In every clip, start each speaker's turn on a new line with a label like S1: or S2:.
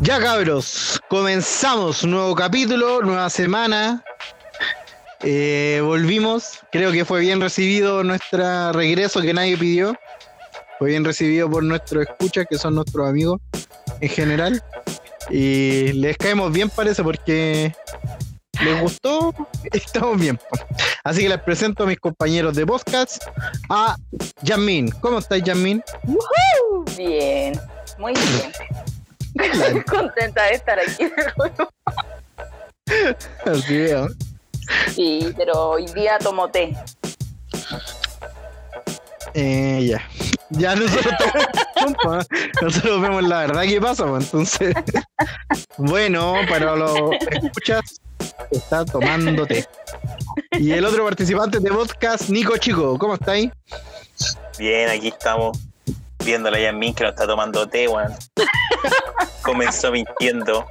S1: Ya cabros, comenzamos un nuevo capítulo, nueva semana. Eh, volvimos, creo que fue bien recibido nuestro regreso que nadie pidió. Fue bien recibido por nuestros escuchas, que son nuestros amigos en general. Y les caemos bien, parece, porque les gustó. Estamos bien. po. Así que les presento a mis compañeros de podcast, a Yasmin. ¿Cómo estás, Yasmin?
S2: Bien, muy bien. Contenta de estar aquí.
S1: Así veo.
S2: Sí, pero hoy día tomo té.
S1: Eh, ya. Ya nosotros, compa, nosotros vemos la verdad que pasa, pues, entonces. Bueno, para los escuchas, está tomando té. Y el otro participante de podcast, Nico Chico, ¿cómo estáis?
S3: Bien, aquí estamos viendo a la Yasmin que nos está tomando té, weón. Comenzó mintiendo.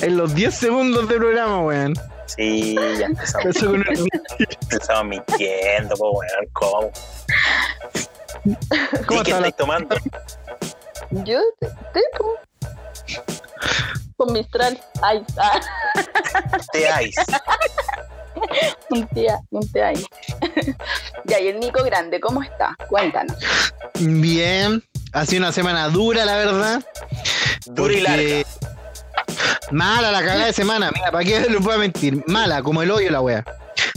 S1: En los 10 segundos de programa, weón.
S3: Sí, ya empezamos,
S1: Eso con el-
S3: empezamos mintiendo, po, weón. ¿Cómo?
S1: ¿Cómo
S3: ¿Y qué
S1: está la-
S3: estáis tomando?
S2: Yo té po. con Mistral. Ay, ah,
S3: Té ice.
S2: un té, un té ahí. ya, y el Nico Grande, ¿cómo está? Cuéntanos.
S1: Bien. Ha sido una semana dura, la verdad.
S3: Dura y larga.
S1: porque- Mala la cagada de semana. Mira, ¿para qué les voy a mentir? Mala, como el hoyo la wea.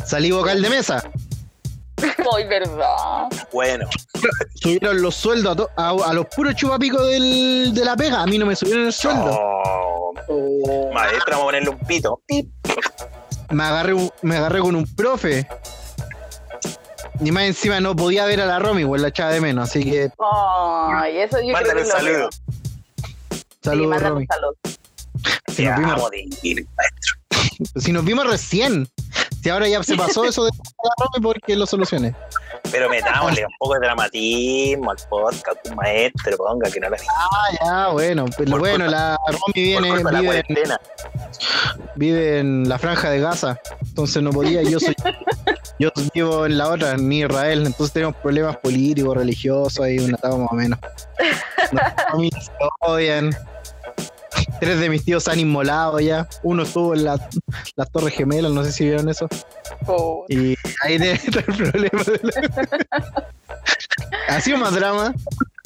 S1: Salí vocal de mesa.
S2: Hoy, ¿verdad?
S3: Bueno,
S1: subieron los sueldos a, to- a- a los puros chupapicos del, de la pega. A mí no me subieron el sueldo.
S3: no. Maestro, vamos a ponerle un pito. Pip.
S1: Me, agarré, un- me agarré con un profe. Y más encima no podía ver a la Romy, pues la echaba de menos. Así que
S2: Ay, eso yo creo
S3: Mándale
S2: que
S3: un
S2: lo
S3: saludo.
S2: veo. Sí,
S1: saludos,
S2: mándale
S1: Romy.
S2: un saludo.
S1: Si
S3: Te
S1: nos, vimos,
S3: amo, Dil, maestro.
S1: si nos vimos recién. Si ahora ya se pasó eso de la Romy porque lo solucioné.
S3: Pero metámosle un poco de dramatismo al podcast, maestro, ponga que no la
S1: Ah, ya, bueno. Pero
S3: Por
S1: bueno,
S3: culpa-
S1: la Romy
S3: por
S1: viene,
S3: culpa de la
S1: vive, en,
S3: cuarentena.
S1: vive en la franja de Gaza. Entonces no podía. Yo soy. Yo vivo en la otra, ni Israel, entonces tenemos problemas políticos, religiosos, hay una etapa más o menos. Nos familias se odian. Tres de mis tíos se han inmolado ya. Uno estuvo en la- las Torres Gemelas, no sé si vieron eso.
S2: Oh,
S1: Y ahí debe estar el problema. de la- Ha sido más drama.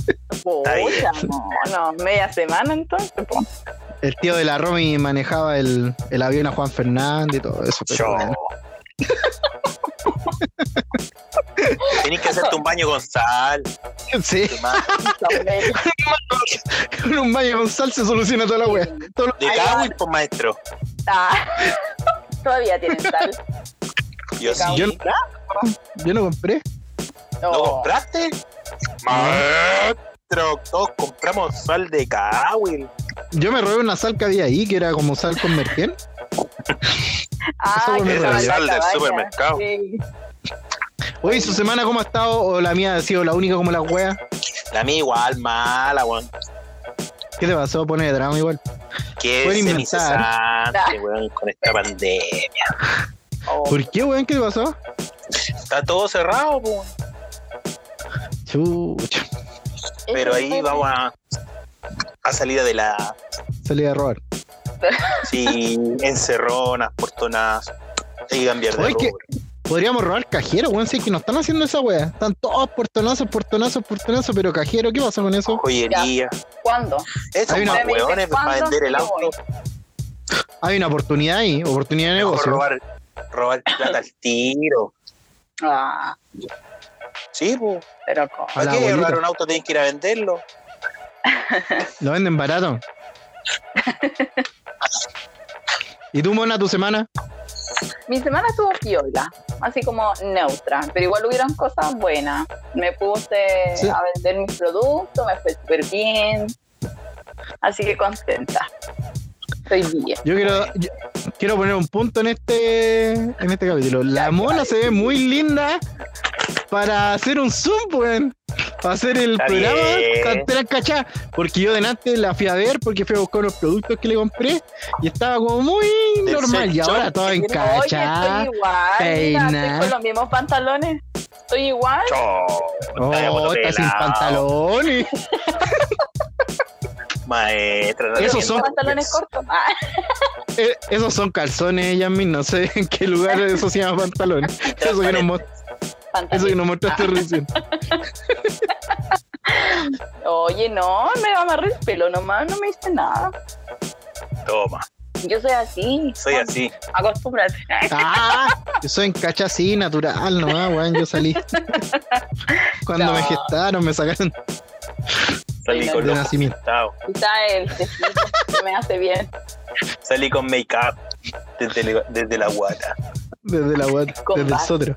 S3: Está bien.
S2: pucha, no, no, media semana entonces. pues, po.
S1: El tío de la Romy manejaba el, el avión a Juan Fernández y todo eso. pero
S3: Yo.
S1: Pues bueno.
S3: Tenés que hacerte un baño con sal.
S1: Sí,
S3: hermano.
S1: con un baño con sal se soluciona toda la wea. Todo lo-
S3: De
S2: Ahí va.
S3: Cahuil, pues maestro.
S2: Ah, Todavía tienen sal.
S3: Yo sí.
S1: Yo, no- yo no compré.
S3: ¿No
S2: Oh.
S3: compraste? Maestro, todos compramos sal de Cahuil.
S1: Yo me robé una sal que había ahí, que era como sal con merquén.
S2: Ah,
S1: Eso
S2: que
S1: es
S2: estaba en la
S3: sal del
S2: cabaña.
S3: supermercado.
S2: Sí.
S1: Oye, ¿su semana cómo ha estado? ¿O la mía ha sido la única como la wea?
S3: La mía igual, mala, weón.
S1: ¿Qué te pasó? Pone de drama igual.
S3: Qué
S1: Pueden
S3: semicesante, weón, con esta pandemia.
S2: Oh,
S1: ¿Por qué, weón? ¿Qué te pasó?
S3: Está todo cerrado, weón.
S1: Chucha,
S3: Pero ahí vamos a, a salir de la
S1: salí a robar.
S3: sí, encerronas, portonas. Hay que cambiar de
S1: Oye, que-
S3: rubro.
S1: Podríamos robar cajero, weón. Si es que no están haciendo esa wea. Están todos portonazos, portonazos, portonazos, pero cajero, ¿qué pasa con eso?
S3: Joyería.
S2: ¿Cuándo?
S3: Esos
S1: Hay una-
S3: más weones para
S2: ¿Cuándo?
S3: vender el
S2: Yo
S3: auto.
S2: voy.
S1: Hay una oportunidad ahí, oportunidad de
S3: Mejor
S1: negocio.
S3: robar, robar plata al tiro.
S2: Ah,
S3: Sí, pues.
S2: pero ¿cómo?
S1: A la
S3: ¿Para qué
S1: abuelita.
S3: robar un auto? Tienes que ir a venderlo.
S1: Lo venden barato. ¿Y tú, mona, tu semana?
S2: Mi semana estuvo piola, así como neutra, pero igual hubieron cosas buenas. Me puse
S1: Sí.
S2: a vender mis productos, me fue súper bien. Así que contenta. Estoy bien.
S1: Yo quiero, yo quiero poner un punto en este en este capítulo. La mona se ve muy linda para hacer un Zoom, pues, weón. Para hacer el
S3: Está
S1: programa,
S3: bien.
S1: ca- te la cachá. Porque yo delante la fui a ver porque fui a buscar unos productos que le compré y estaba como muy
S3: Del
S1: normal. Y
S3: sex
S1: ahora
S3: shop.
S1: todo en
S2: Oye,
S1: cacha.
S2: estoy igual. mira,
S1: peina.
S2: estoy con los mismos pantalones. Estoy igual.
S3: Chao.
S1: Oh, está sin pantalones.
S3: Maestra, no
S1: Esos
S3: entiendo.
S1: son-
S2: pantalones cortos. Ah,
S1: Eh, esos son calzones, Yamin. No sé en qué lugar eso se llama pantalones. Eso que nos, mo- eso que
S2: pantalones.
S1: nos mostraste recién.
S2: Oye, no, me amarré el pelo nomás, no me hice nada.
S3: Toma,
S2: Yo soy así.
S3: soy así.
S2: Acostúmbrate.
S1: Ah, yo soy en cacha así, natural nomás, weón. Yo salí. Cuando
S2: No.
S1: me gestaron, me sacaron
S3: Salí
S2: Sí,
S3: con
S1: de
S3: los
S1: nacimiento.
S3: cortados,
S2: Quizá el tecito que me hace bien.
S3: salí con make-up desde, el- desde la guata.
S1: Desde la guata,
S2: Con
S1: desde el
S2: bar.
S1: sotro.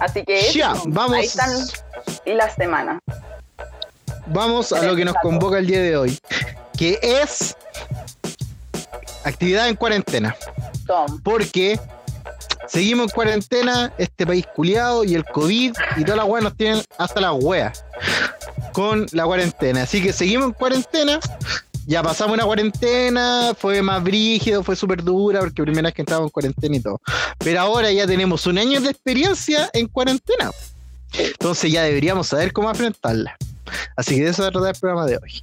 S2: Así que eso,
S1: Ya,
S2: ahí
S1: vamos,
S2: están las semanas.
S1: vamos a lo que nos convoca el día de hoy, que es actividad en cuarentena,
S2: Tom,
S1: porque seguimos en cuarentena, este país culiado y el COVID y todas las weas nos tienen hasta las weas con la cuarentena. Así que seguimos en cuarentena. Ya pasamos una cuarentena, fue más brígido, fue súper dura, porque primera vez que estábamos en cuarentena y todo. Pero ahora ya tenemos un año de experiencia en cuarentena. Entonces ya deberíamos saber cómo afrontarla. Así que de eso se trata el programa de hoy.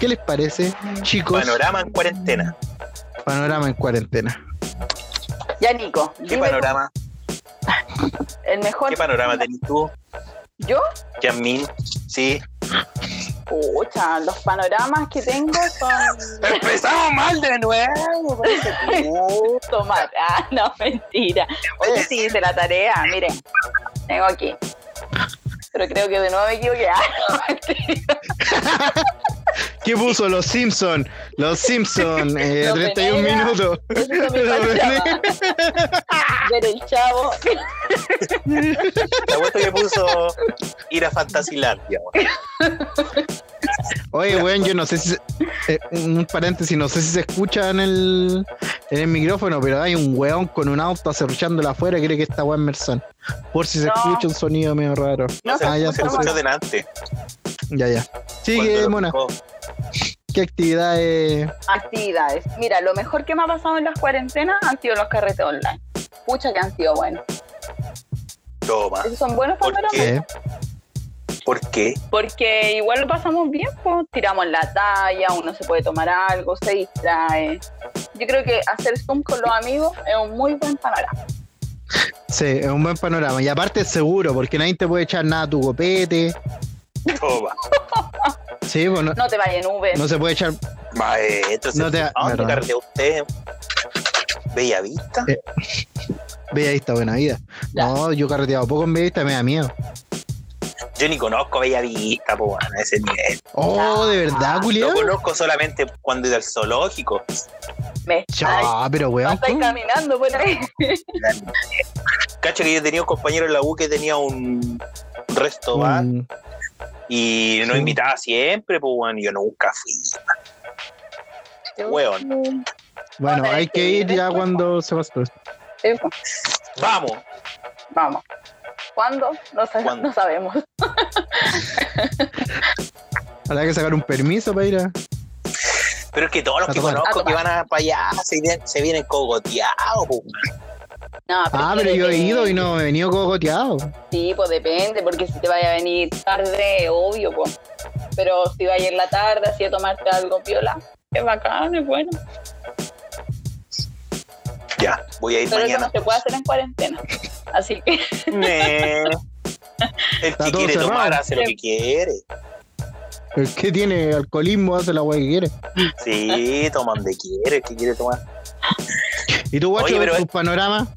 S1: ¿Qué les parece, chicos?
S3: Panorama en cuarentena.
S1: Panorama en cuarentena.
S2: ya Nico,
S3: ¿Qué
S2: dime
S3: panorama,
S2: el mejor.
S3: ¿qué panorama tenés tú,
S2: Yo,
S3: Yasmin? Sí.
S2: pucha, los panoramas que tengo son
S3: Empezamos mal de nuevo. parece que-
S2: tomar. Ah, no, mentira. Oye, sí, hice la tarea, miren, tengo aquí. Pero creo que de nuevo me equivoqué. Ah, no, mentira.
S1: ¿Qué puso los Simpson? Los Simpson, eh,
S2: Los
S1: 31
S2: Venegas.
S1: minutos.
S2: Ese es mi
S1: Los
S2: panorama. Ver el chavo.
S3: La vuelta que puso ir a Fantasilandia. weón.
S1: Oye, weón, yo no sé si. se- eh, un paréntesis, no sé si se escucha en el, en el micrófono, pero hay un weón con un auto acerruchándola afuera, cree que está weón Merson. Por si se
S2: No.
S1: escucha un sonido medio raro.
S3: No
S1: Ah, ya
S3: se, se
S1: se
S3: escuchó delante.
S1: Ya, ya.
S3: cuando
S1: Sigue,
S3: lo
S1: mona.
S3: tocó.
S1: ¿Qué actividad es?
S2: Actividades. Mira, lo mejor que me ha pasado en las cuarentenas han sido los carretes online. Pucha que han sido buenos.
S3: Toma.
S2: Esos son buenos
S3: ¿Por
S2: panoramas.
S1: Eh,
S3: qué? ¿Por qué?
S2: Porque igual lo pasamos bien, pues tiramos la talla, uno se puede tomar algo, se distrae. Yo creo que hacer Zoom con los amigos es un muy buen panorama.
S1: Sí, es un buen panorama. Y aparte es seguro, porque nadie te puede echar nada a tu copete.
S3: Toma.
S1: Sí, pues no,
S2: No te vayas en Uber.
S1: no se puede echar.
S3: Maestro,
S1: No te-
S3: ¿a dónde
S1: perdón.
S3: carreteó usted? Bella Vista.
S1: Eh. Bella vista, buena vida.
S2: Ya.
S1: No, yo carreteado poco en Bella vista, me da miedo.
S3: Yo ni conozco Bella Vista, po, weón, a ese nivel.
S1: Oh, de verdad,
S3: Lo
S1: culiado.
S3: conozco solamente cuando he ido al zoológico.
S2: Me estáis,
S1: Chao, pero
S2: no
S1: weón.
S2: estáis
S1: ¿cómo?
S2: caminando por ahí.
S3: Cacho que yo tenía un compañero en la U que tenía un resto bar
S1: Mm,
S3: y nos
S1: Sí.
S3: invitaba siempre, pues bueno, yo nunca fui. Weón.
S1: Bueno,
S2: Otra
S1: hay
S2: vez
S1: que
S2: que
S1: ir ya
S2: viene.
S1: cuando se pase todo esto.
S2: Sí, pues,
S3: Vamos,
S2: Vamos. ¿Cuándo? No, sa-
S3: ¿Cuándo?
S2: no sabemos.
S1: Habrá que sacar un permiso para ir a.
S3: pero es que todos los
S1: A
S3: que
S1: tomar.
S3: conozco
S2: A
S3: que
S2: tomar.
S3: van a para allá se vienen, se vienen cogoteados. po.
S2: No,
S1: Ah, pero yo he ido y no he venido cogoteado.
S2: Sí, pues depende, porque si te vaya a venir tarde, obvio, pues. Pero si vaya en la tarde, así a tomarte algo piola, es bacán, es bueno.
S3: Ya, voy a ir
S2: Solo que no
S3: mañana.
S2: se puede hacer en cuarentena. Así que
S3: Ne. El
S1: Está todo
S3: que quiere
S1: cerrado.
S3: tomar hace lo que
S2: Sí.
S3: quiere.
S1: El que tiene alcoholismo hace la weá que quiere.
S3: Sí, toma donde quiere, el que quiere tomar.
S1: ¿Y tú, guacho,
S3: Oye, pero-
S1: tus panoramas?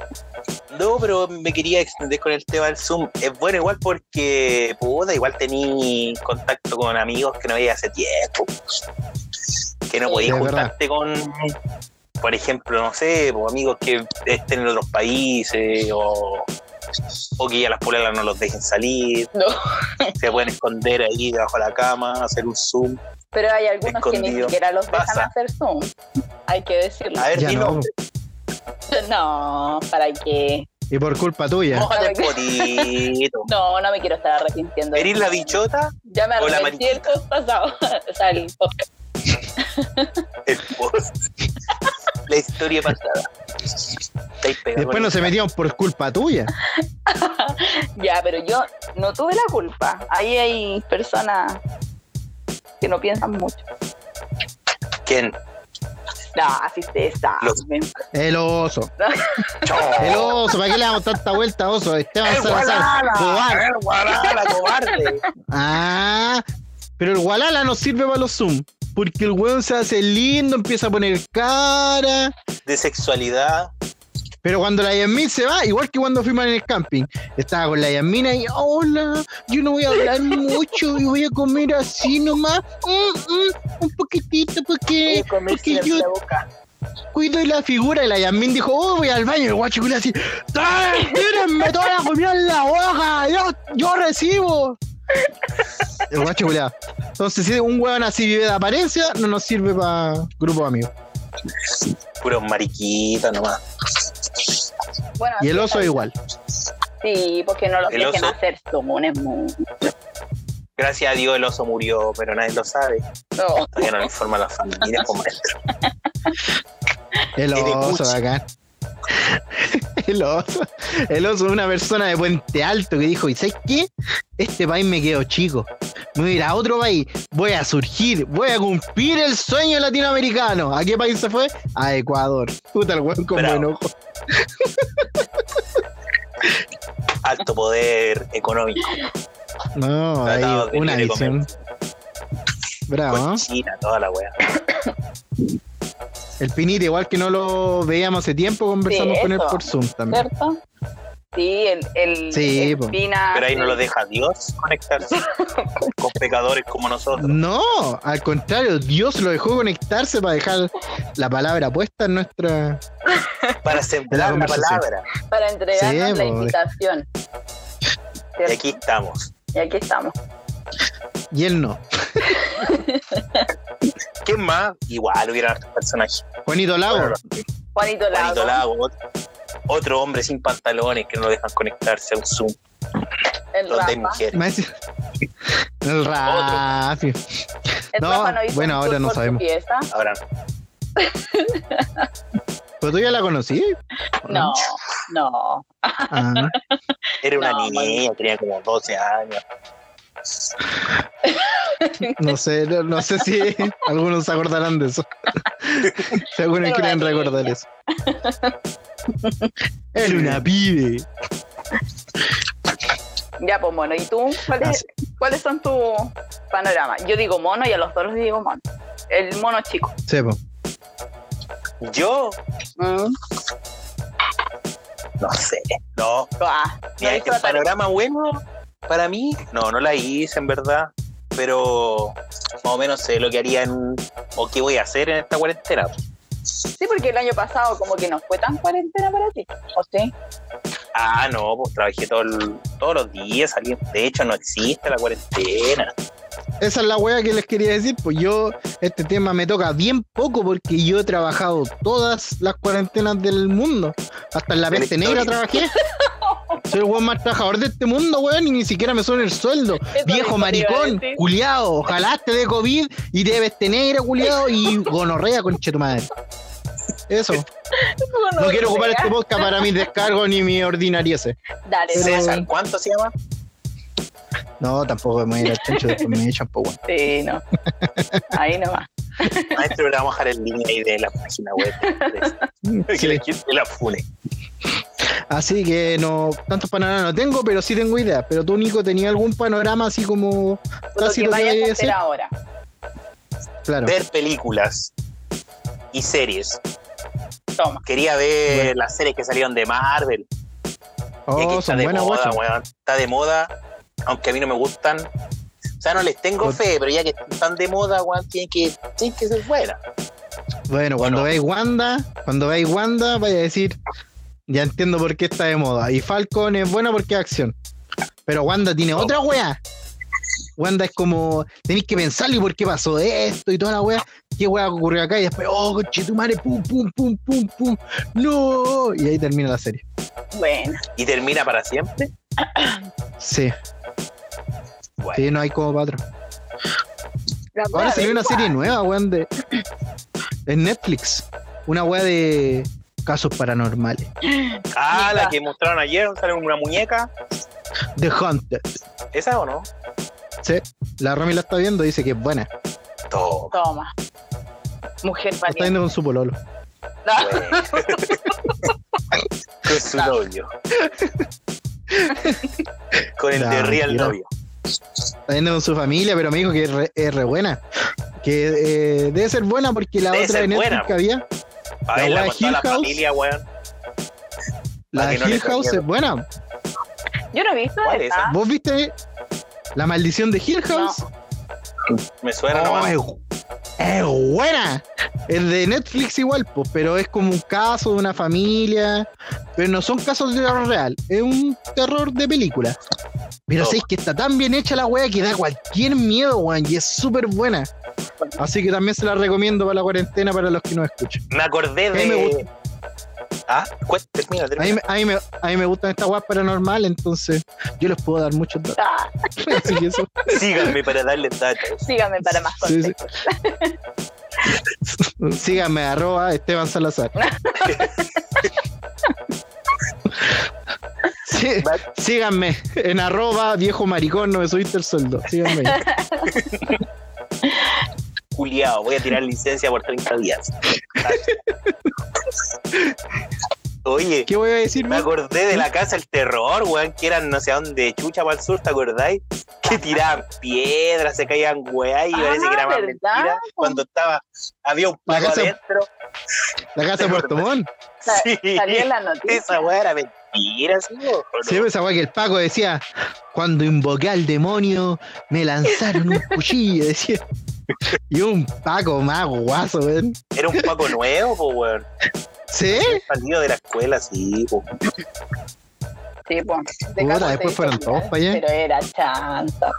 S3: No, pero me quería extender con el tema del Zoom. Es bueno igual porque, puta, igual tení contacto con amigos que no veía hace tiempo. Que no
S2: Sí,
S3: podías
S1: es
S3: juntarte con, por ejemplo, no sé, pues, amigos que estén en otros países o, o que ya las poleras no los dejen salir.
S2: no.
S3: Se pueden esconder ahí debajo de la cama, hacer un Zoom.
S2: Pero hay algunos que ni
S3: Escondido.
S2: siquiera los dejan
S3: Pasa.
S2: hacer Zoom. Hay que decirlo.
S3: A ver,
S1: Ya
S3: dilo.
S1: no.
S2: No, ¿para qué?
S1: Y por culpa tuya.
S3: Mójate el potito.
S2: No, no me quiero estar arrepintiendo.
S3: ¿Eres pues. la bichota?
S2: Ya me
S3: o la
S2: arrepentí el post pasado. o sea, el podcast.
S3: El post. la historia pasada. Estáis pegados
S1: Después
S3: con
S1: no se metieron por culpa tuya.
S2: Ya, pero yo no tuve la culpa. Ahí hay personas que no piensan mucho.
S3: el- ¿Quién?
S2: No, así se saben.
S1: El oso.
S3: Chao.
S1: El oso. ¿Para qué le damos tanta vuelta, oso? Esteban
S3: ¡El
S1: Salazar.
S3: Gualala!
S1: Cobarde.
S3: ¡El Gualala, cobarde!
S1: Ah, pero el Walala no sirve para los Zoom. Porque el weón se hace lindo, empieza a poner cara.
S3: De sexualidad.
S1: Pero cuando la Yasmin se va, igual que cuando fuimos en el camping, estaba con la Yasmin y hola, yo no voy a hablar mucho y voy a comer así nomás, mm, mm, un poquitito porque, porque yo cuido la figura. Y la Yasmin dijo, oh, voy al baño. Y el guacho culiao así, "Ay, tírenme toda la comida en la hoja, yo, yo recibo. El guacho culiao. Entonces, si un weón así vive de apariencia, no nos sirve para grupo de amigos.
S3: Puros mariquitas nomás.
S2: Bueno,
S1: Y el
S2: así
S1: oso
S2: es.
S1: igual.
S2: Sí, porque no los
S3: El
S2: dejen
S3: oso.
S2: hacer Zoom, es muy...
S3: Gracias a Dios el oso murió, pero nadie lo sabe.
S2: No.
S3: Todavía no lo informa la familia, maestro.
S1: El
S3: Tiene
S1: oso
S3: cuchi.
S1: bacán. El oso. El oso es una persona de puente alto que dijo, ¿y sabes qué? Este país me quedó chico. Me voy a ir a otro país. Voy a surgir. Voy a cumplir el sueño latinoamericano. ¿A qué país se fue? A Ecuador. Puta el weón con
S3: Bravo.
S1: buen ojo.
S3: Alto poder económico.
S1: No, ahí
S3: Tratado de
S1: una
S3: libre
S1: visión. Bravo.
S3: Con
S1: ¿eh?
S3: China, toda la wea.
S1: El pinite, igual que no lo veíamos hace tiempo, conversamos
S2: Sí,
S1: con él
S2: eso.
S1: por Zoom también.
S2: ¿Cierto? Sí, el, el,
S1: Sí,
S2: el
S1: po.
S2: Pina-
S3: Pero ahí no lo deja Dios conectarse con pecadores como nosotros.
S1: No, al contrario, Dios lo dejó conectarse para dejar la palabra puesta en nuestra
S3: Para sembrar la
S1: conversación.
S3: palabra.
S2: para entregarnos
S1: Sí, po.
S2: la invitación.
S3: Y
S2: ¿Cierto?
S3: aquí estamos.
S2: Y aquí estamos.
S1: Y él no.
S3: ¿Quién más? Igual hubiera otros personajes.
S1: Juanito Lago.
S3: Bueno,
S2: Juanito Lago.
S3: Juanito Lago, otro- otro hombre sin pantalones que no lo dejan conectarse a un Zoom
S2: El
S3: donde hay
S2: Rafa.
S3: mujeres.
S1: me dice- El Rafi.
S2: El
S1: No,
S2: Rafa no hizo
S1: bueno,
S2: un
S1: ahora
S2: tour
S1: no
S2: por su
S1: sabemos.
S2: Fiesta.
S3: Ahora,
S1: Pero tú ya la conocí.
S2: No, no.
S1: Ah,
S3: era una
S2: No,
S3: niña, tenía como 12 años.
S1: no sé, no, no sé si algunos se acordarán de eso. Si algunos
S2: Era
S1: quieren
S2: una
S1: recordar
S2: niña.
S1: eso. Era una pibe.
S2: Ya, pues mono. ¿Y tú? ¿Cuál es- ¿Cuáles son tus panoramas? Yo digo mono y a los dos les digo mono. El mono chico.
S1: Sepo.
S3: Yo,
S2: Mm.
S3: no sé. No,
S2: Ah, no
S3: Mira,
S2: hizo
S3: este
S2: la tarea.
S3: panorama bueno para mí, no, no la hice en verdad, pero más o menos sé lo que haría en- o qué voy a hacer en esta cuarentena.
S2: Sí, porque el año pasado como que no fue tan cuarentena para ti. ¿O sí?
S3: Ah, no, pues trabajé todo el- todos los días, salí. De hecho, no existe la cuarentena.
S1: Esa es la wea que les quería decir. Pues yo, este tema me toca bien poco porque yo he trabajado todas las cuarentenas del mundo. Hasta en la
S3: De la
S1: peste negra
S3: historia.
S1: trabajé. Soy el weón más trabajador de este mundo, weón, y ni siquiera me suena el sueldo.
S2: Eso
S1: Viejo
S2: mismo te iba a
S1: maricón,
S2: decir.
S1: culiao, ojalá te dé COVID y te peste negra, culiao, y gonorrea, conche tu madre. Eso, no
S2: Bueno,
S1: quiero ocupar
S2: ya.
S1: este podcast para mis descargos ni mi ordinariese.
S2: Dale,
S1: Pero-
S2: dale.
S3: César, ¿cuánto se llama?
S1: No, tampoco me voy a ir al chancho, después me echan, po, weón.
S2: Sí, no. Ahí nomás.
S3: Maestro, le vamos a dejar el link ahí de la página web. de- de- Que
S1: Sí.
S3: la gente la fune.
S1: Así que no, tantos panoramas no tengo, pero sí tengo ideas. Pero tú, Nico, ¿tenías algún panorama así como
S2: Lo que
S1: tácito que
S2: vayas
S1: vayas
S2: a
S1: a
S2: hacer
S1: hacer?
S2: ahora.
S1: Claro.
S3: Ver películas y series.
S2: Toma.
S3: Quería ver
S1: Bueno.
S3: las series que salieron de Marvel. Y aquí
S1: Oh,
S3: está
S1: son
S3: de
S1: buenas,
S3: moda,
S1: guacho.
S3: weón. Está de moda, aunque a mí no me gustan. O sea, no les tengo
S1: Por-
S3: fe, pero ya que están de moda, weón, tienen que, tienen que ser buenas.
S1: Bueno, cuando
S3: Bueno.
S1: veáis Wanda, cuando veáis Wanda, vaya a decir, ya entiendo por qué está de moda. Y Falcon es buena porque es acción. Pero Wanda tiene otra weá. Wanda es como, tenéis que pensarlo y por qué pasó esto y toda la weá. ¿Qué weá ocurrió acá? Y después, oh, coche tu madre, pum, pum, pum, pum, pum. No. Y ahí termina la serie.
S2: Bueno,
S3: ¿Y termina para siempre?
S1: Sí,
S3: Bueno,
S1: sí, no hay como para atrás.
S2: la
S1: Ahora
S2: wea
S1: salió
S2: de-
S1: una serie nueva, weón, de. En Netflix. Una weá de casos paranormales.
S3: Ah, la que mostraron ayer, sale una muñeca.
S1: The Hunter.
S3: ¿Esa o no?
S1: La Romy la está viendo y dice que es buena. La
S3: Todo.
S2: Toma. Mujer
S1: está
S2: valiente.
S1: viendo con su pololo.
S2: No,
S3: Con su novio. Con el de
S1: Ya,
S3: Real
S1: ya.
S3: novio.
S1: Está viendo con su familia, pero me dijo que es re, es re buena. Que eh, debe ser buena porque la
S3: Debe
S1: otra
S3: ser
S1: de Netflix
S3: buena,
S1: que había,
S3: A
S1: La
S3: verla
S1: wea de
S3: con toda la
S1: Hill House.
S3: familia, weón.
S1: la
S3: Para
S1: de
S3: que no le
S1: Hill
S3: tenga
S1: House
S3: miedo.
S1: es buena.
S2: yo no he visto
S3: ¿Cuál es
S2: esa.
S1: ¿Vos viste La maldición de Hill House?
S3: Me suena
S1: Oh,
S3: nomás.
S1: es, es buena. Es de Netflix igual, po, pero es como un caso de una familia. Pero no son casos de terror real. Es un terror de película. Pero
S3: Toma.
S1: sí, es que está tan bien hecha la wea que da cualquier miedo, weón. Y es súper buena. Así que también se la recomiendo para la cuarentena para los que no escuchan.
S3: Me acordé
S1: A mí me
S3: de. Ah, cu- termina,
S1: A mí,
S3: termina.
S1: me- a mí me, a mí me gustan estas weas paranormales, entonces yo les puedo dar muchos datos.
S2: Ah,
S1: Así que eso.
S3: Síganme para darle datos.
S2: síganme para más
S1: Sí, sí.
S2: contexto.
S1: Síganme, arroba Esteban Salazar. Sí, síganme en arroba viejo maricón, no me subiste el sueldo. Síganme. ahí.
S3: Juliado, voy a tirar licencia por 30 días. Oye,
S1: ¿Qué voy a decir?
S3: me
S1: man?
S3: acordé de
S1: ¿Mm?
S3: la casa del terror, weón, que eran no sé a dónde, chucha para el sur, ¿te acordáis? Que tiraban piedras, se caían weá y
S2: Ah,
S3: parece que era más
S2: ¿verdad?
S3: mentira. Cuando estaba, había un
S1: La
S3: pago
S1: casa-
S3: adentro.
S1: La casa de Puerto Montt.
S2: Sa-
S3: Sí,
S2: Salió en la noticia.
S3: esa weá era mentira, ¿sí? o no?
S1: Sí, esa weá que el Paco decía, cuando invoqué al demonio, me lanzaron un cuchillo, decía. Y un Paco mago, guaso, weón.
S3: Era un paco nuevo, po, weón.
S1: ¿Sí?
S3: Salido de la escuela, sí, po.
S2: Sí, po.
S1: Puta,
S2: De caso se
S1: después
S2: hizo
S1: fueron
S2: viral,
S1: todos pa' allá.
S2: Pero era chanta.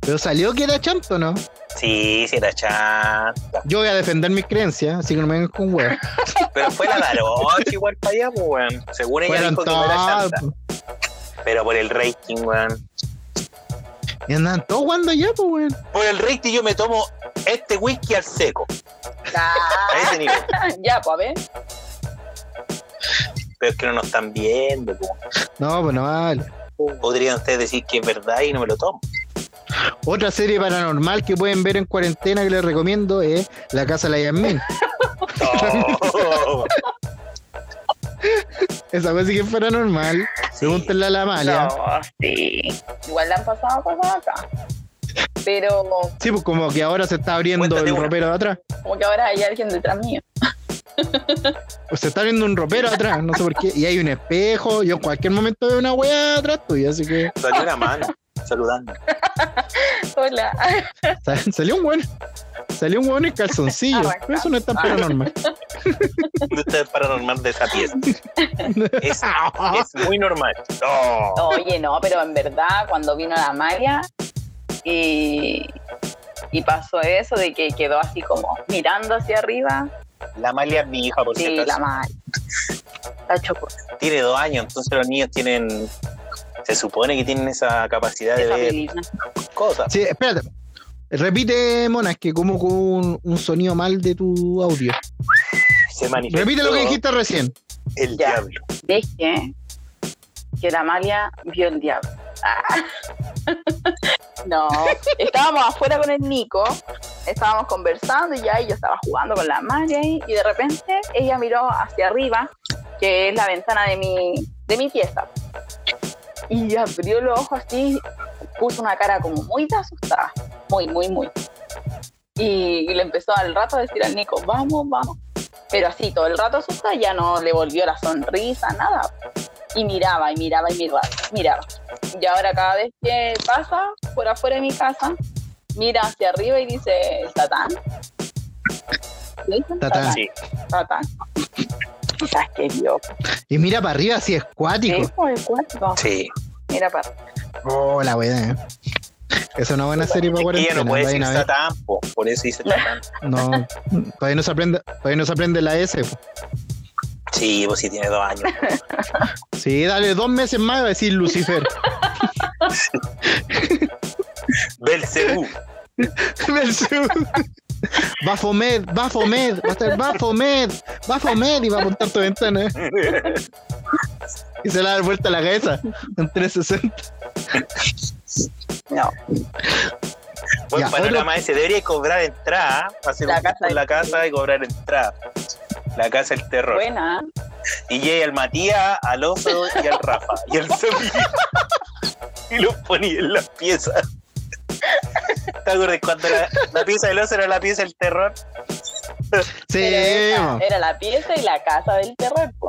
S1: Pero salió que era chanto, ¿no?
S3: Sí, sí, era chanta.
S1: Yo voy a defender mis creencias, así que no me vengan con weón.
S3: Pero fue la Daroche igual para allá, pues, weón. Según ella
S1: Fueron
S3: dijo que no era
S1: todos.
S3: chanta. Pero por el rating, weón.
S1: Y andaban todos jugando allá, pues, weón.
S3: Por el rating yo me tomo este whisky al seco.
S2: Ah,
S3: A ese nivel.
S2: ya, pues, a ver.
S3: Pero es que no nos están viendo, po.
S1: No, pues no vale.
S3: Podrían ustedes decir que es verdad y no me lo tomo.
S1: Otra serie paranormal que pueden ver en cuarentena que les recomiendo es La Casa de la Yasmin.
S3: No.
S1: Esa cosa sí que es paranormal. Pregúntenle a la Amalia.
S2: No, sí. Igual la han pasado cosas acá. Pero
S1: Sí, pues como que ahora se está abriendo
S3: Cuéntate
S1: el
S3: una.
S1: ropero de atrás.
S2: como que ahora hay alguien detrás mío.
S1: O se está abriendo un ropero de atrás, no sé por qué. Y hay un espejo. Yo en cualquier momento veo una weá atrás tuya, así que
S3: Salió una mano saludando.
S2: Hola.
S1: sal- salió un weón. Salió un weón en calzoncillo.
S2: Arrancado.
S1: Pero eso no es tan paranormal.
S3: No está paranormal de esa pieza. Es, es muy normal. No.
S2: Oye, no, pero en verdad, cuando vino la María y, y pasó eso de que quedó así como mirando hacia arriba.
S3: La Amalia es mi hija, por
S2: Sí,
S3: cierto.
S2: la María. La chocó.
S3: tiene dos años, entonces los niños tienen, se supone que tienen esa capacidad de
S2: Esa
S3: ver
S2: película.
S3: cosas.
S1: Sí, espérate. Repite, Monas, que como con un, un sonido mal de tu audio.
S3: Se manifiesta
S1: Repite lo que dijiste recién.
S3: el
S2: Ya.
S3: diablo.
S2: Dije que la María vio el diablo. Ah. No, estábamos afuera con el Nico, estábamos conversando y ya y yo estaba jugando con la María ahí, y de repente ella miró hacia arriba, que es la ventana de mi, de mi pieza. Y abrió los ojos así, puso una cara como muy de asustada, muy, muy, muy. Y, le empezó al rato a decir al Nico, vamos, vamos. Pero así, todo el rato asustada, ya no le volvió la sonrisa, nada. Y miraba, y miraba, y miraba, miraba. Y ahora cada vez que pasa por afuera de mi casa, mira hacia arriba y dice, Tatán. ¿Le dicen?
S1: Tatán.
S3: Sí.
S2: Tatán. Quizás que yo.
S1: Y mira para arriba si es cuático.
S2: Sí, pues, el cuerpo.
S3: Sí.
S2: Mira para.
S1: Oh, la weá. Es una buena serie para
S3: Ella
S1: cuarentena. ¿eh?
S3: no puede
S1: vayan
S3: decir
S1: a ver.
S3: Satán, po, por eso dice Satán.
S1: No, todavía no se aprende, todavía no se aprende la S. po.
S3: Sí, pues sí, tiene dos años.
S1: Sí, dale dos meses más y va a decir Lucifer.
S3: Belcebú.
S1: Belcebú. Bafomed, Bafomed, va a estar Bafomed, Bafomed y va a apuntar tu ventana. ¿eh? Y se le va a dar vuelta la cabeza en 360.
S2: No,
S3: Buen
S1: Ya,
S3: panorama ese. Debería cobrar entrada. ¿ah? Hacer
S2: La
S3: un
S2: casa
S3: tour por
S2: del
S3: la casa y cobrar entrada. La casa del terror.
S2: buena. ¿ah?
S3: Y llega al Matías, al oso y al Rafa. Y al Sofi. y los ponía en las piezas. ¿Te acuerdas cuando la, la pieza del oso era la pieza del terror?
S1: Sí,
S2: Pero esa
S1: mo.
S2: era la pieza y la casa del terror. po.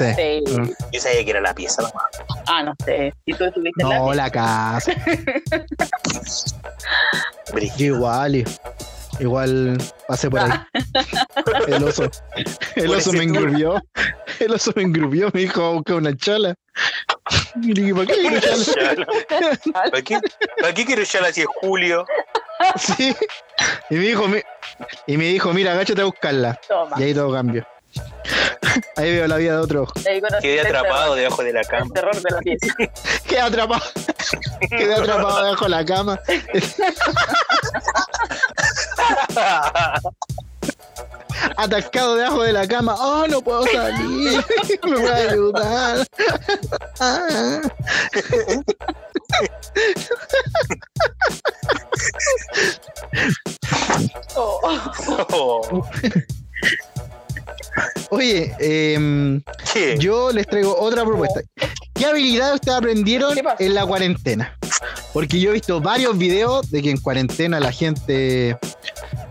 S3: eh,
S1: sí.
S2: Sí.
S3: Yo sabía que era la pieza nomás.
S2: Ah, no sé. Si tú estuviste en la
S1: No, la casa.
S3: Brígido.
S1: Yo igual, y- igual pasé por ahí. El oso, el oso me engrubió. El oso me engrubió, me dijo a buscar una chala. Y le dije, ¿para qué una chala?
S2: Ah,
S3: ¿Para qué, ¿Para qué quiero echarla si es julio?
S1: Sí. Y me dijo, mi- y me dijo, mira, agáchate a buscarla.
S2: toma.
S1: Y ahí todo cambio. Ahí veo la vida de otro.
S2: Ahí conociste
S3: Quedé
S2: el
S3: atrapado debajo de la
S2: terror, El
S3: cama.
S2: terror de la pieza.
S1: Quedé atrapado. Quedé atrapado debajo de la cama. Atascado debajo de la cama. Oh, no puedo salir. Me voy a ayudar. Ah.
S2: Oh,
S3: Oh,
S1: Oye, em,
S3: ¿Qué?
S1: yo les traigo otra propuesta. ¿Qué habilidades ustedes aprendieron
S2: ¿Qué pasó?
S1: en la cuarentena? Porque yo he visto varios videos de que en cuarentena la gente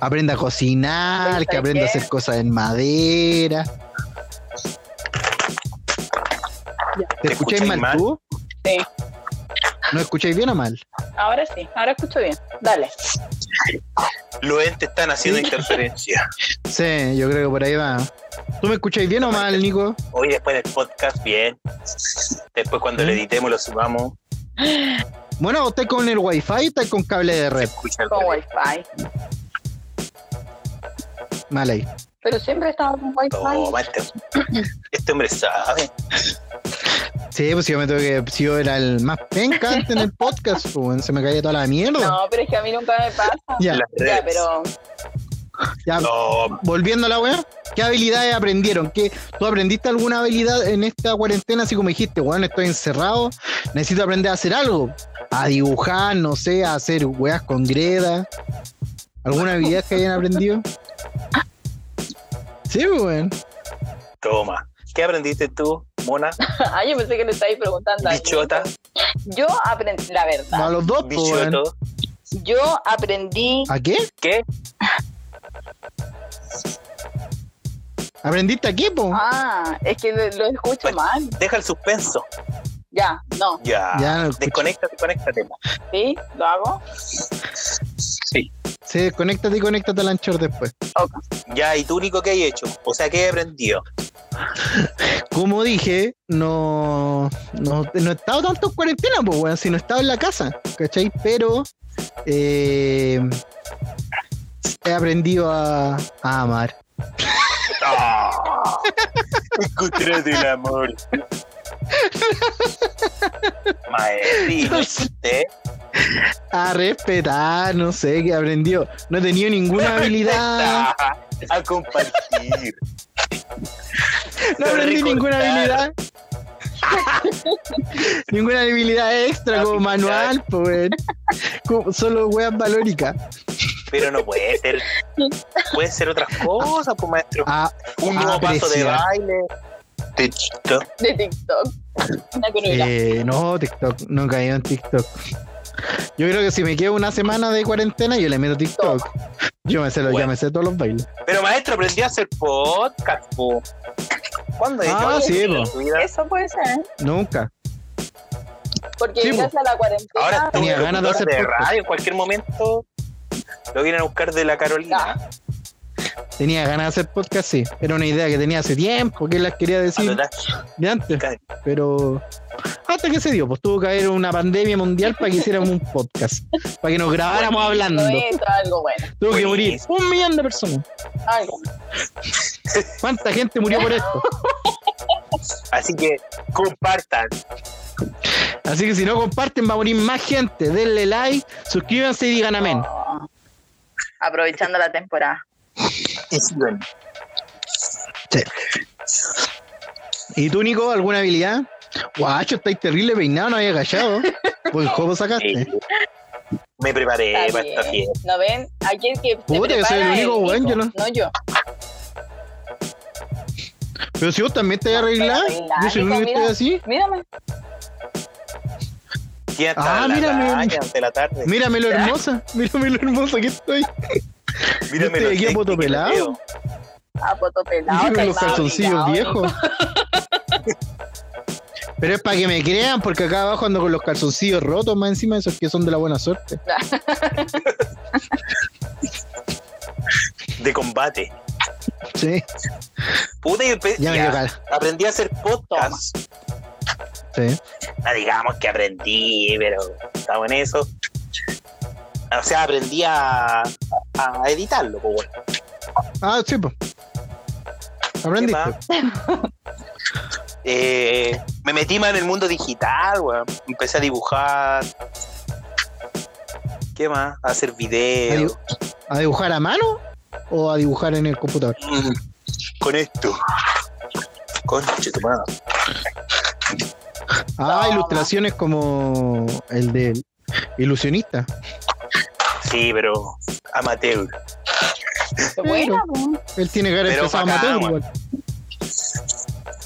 S1: aprende a cocinar,
S2: Oye,
S1: que
S2: ¿sabes
S1: aprende a
S2: qué?
S1: hacer cosas en madera. ¿Te,
S3: ¿Te
S1: escucháis
S3: escucháis
S1: mal,
S3: mal?
S1: tú?
S2: Sí.
S1: ¿No escucháis bien o mal?
S2: ahora sí, ahora escucho bien. Dale.
S3: Los entes están haciendo interferencia.
S1: Sí, yo creo que por ahí va. ¿Tú me escucháis bien o mal, Nico?
S3: Hoy después del podcast, bien. Después cuando lo editemos, lo sumamos.
S1: Bueno, ¿vos estáis con el wifi o estáis con cable de red?
S3: Escucha el
S2: Con wifi.
S1: Mal ahí.
S2: Pero siempre estaba con wifi.
S3: Toma, este, este hombre sabe.
S1: Sí, pues yo me tengo que. Si yo era el más penca antes en el podcast, pues, weón, se me caía toda la mierda.
S2: No, pero es que a mí nunca me pasa.
S1: ya,
S3: Las redes.
S2: Ya, pero
S1: ya.
S3: No,
S1: Volviendo a la weá, ¿qué habilidades aprendieron? ¿Qué, ¿Tú aprendiste alguna habilidad en esta cuarentena? Así como dijiste, weón, estoy encerrado, necesito aprender a hacer algo. A dibujar, no sé, a hacer weas con greda. ¿Alguna habilidad que hayan aprendido? Sí, pues, weón.
S3: toma. ¿Qué aprendiste tú, Mona?
S2: Ah, yo pensé que le estáis preguntando a mí.
S3: Bichota,
S2: Yo aprendí, la
S1: A
S2: verdad,
S1: los dos, pues, weón.
S3: bichoto.
S2: yo aprendí
S1: ¿A qué?
S3: ¿Qué?
S1: ¿Aprendiste a qué, po?
S2: Ah, es que lo, lo escucho
S3: Bueno.
S2: mal.
S3: Deja el suspenso.
S2: Ya, no,
S3: Ya.
S1: Ya,
S3: Desconéctate, conéctate.
S2: ¿sí? ¿Lo hago?
S3: Sí.
S1: se desconecta y conéctate al anchor después.
S3: Ya, ¿y tú, Nico, qué has hecho? O sea, ¿qué has aprendido?
S1: como dije, no, no, no he estado tanto en cuarentena, pues, weón, sino he estado en la casa, ¿cachai? Pero eh, he aprendido a, a amar.
S3: ¡Ah! Encontré del amor. Maestrino, ¿eh?
S1: A respetar, no sé qué aprendió. No he tenido ninguna habilidad.
S3: a compartir.
S1: No aprendí ninguna habilidad. ninguna habilidad extra como manual, pues. weón. Como- Solo weas valóricas.
S3: Pero no puede ser. Puede ser otras cosas, pues, maestro.
S1: A-
S3: Un
S1: ah,
S3: nuevo paso de
S1: apreciar.
S3: baile. Te chito.
S2: De TikTok. Una coreografía.
S1: Eh, no, TikTok, no caí en TikTok. Yo creo que si me quedo una semana de cuarentena, yo le meto TikTok. Yo me sé, los- ya
S3: Bueno.
S1: me sé todos los bailes.
S3: Pero, maestro, aprendí a hacer podcast, po. ¿Cuándo
S1: Ah,
S3: hecho
S1: sí,
S3: en
S1: po.
S3: tu vida?
S2: Eso puede ser, ¿eh?
S1: Nunca.
S2: porque
S1: Sí,
S2: gracias a la cuarentena.
S3: Ahora tú,
S1: Tenía
S3: un
S1: ganas de
S3: locutor
S1: hacer
S3: de
S1: podcast.
S3: radio, en cualquier momento lo vienen a buscar de la Carolina.
S2: Ah,
S1: Tenía ganas de hacer podcast, sí. Era una idea que tenía hace tiempo, que las quería decir
S3: Anotar.
S1: de antes. Pero Hasta que se dio, pues tuvo que haber una pandemia mundial para que hiciéramos un podcast, para que nos grabáramos hablando.
S2: Esto, algo bueno,
S1: Tuvo que morir un millón de personas.
S2: algo bueno.
S1: ¿Cuánta gente murió por esto?
S3: Así que compartan.
S1: Así que si no comparten, va a morir más gente. Denle like, suscríbanse y digan amén.
S2: Oh. Aprovechando la temporada.
S3: y sigan.
S1: ¿Y tú, Nico, alguna habilidad? Guacho, estáis terrible peinado, no había callado. Buen juego sacaste.
S3: Me preparé
S1: Eh,
S2: Está
S3: para
S2: bien.
S3: esta fiesta.
S2: ¿No ven? Aquí el que. se
S1: Puta, yo soy el
S2: prepara es
S1: único weón, yo
S2: Nico,
S1: no-
S2: No yo.
S1: Pero si vos también te arreglás,
S2: Arreglar,
S1: yo soy el único
S2: Nico,
S1: que estoy
S2: mira,
S1: así.
S2: Mírame.
S3: Ya está
S1: Ah,
S3: la
S1: mírame.
S3: caña de la tarde.
S1: Mírame lo hermosa, mírame lo hermosa que estoy.
S3: Mírame
S1: Este
S3: los
S1: equipo
S3: textos que
S1: pelado.
S3: te leo.
S2: Ah, poto pelado.
S1: Mírame los
S2: calmado,
S1: calzoncillos
S2: pillado,
S1: viejos. Pero es para que me crean, porque acá abajo ando con los calzoncillos rotos, más encima de esos que son de la buena suerte.
S3: De combate.
S1: Sí,
S3: Puta, yo pe-
S1: ya me
S3: ya,
S1: dio cara.
S3: aprendí a hacer podcast.
S1: Sí.
S3: No digamos que aprendí, pero estaba en eso. O sea, aprendí a, a editarlo, pues bueno.
S1: Ah, sí, pues.
S3: ¿Qué
S1: Aprendiste.
S3: más? Eh, me metí más en el mundo digital, weón. Empecé a dibujar. ¿Qué más? A hacer
S1: ¿A,
S3: videos.
S1: dibu- a dibujar a mano o a dibujar en el computador?
S3: Mm, Con esto. Conche tu madre.
S1: Ah,
S2: No,
S1: ilustraciones como el de ilusionista.
S3: Sí, pero amateur.
S2: Qué buena, weón.
S1: Él tiene que haber
S3: Pero
S1: empezado
S3: bacán,
S1: amateur
S3: weón.
S1: igual.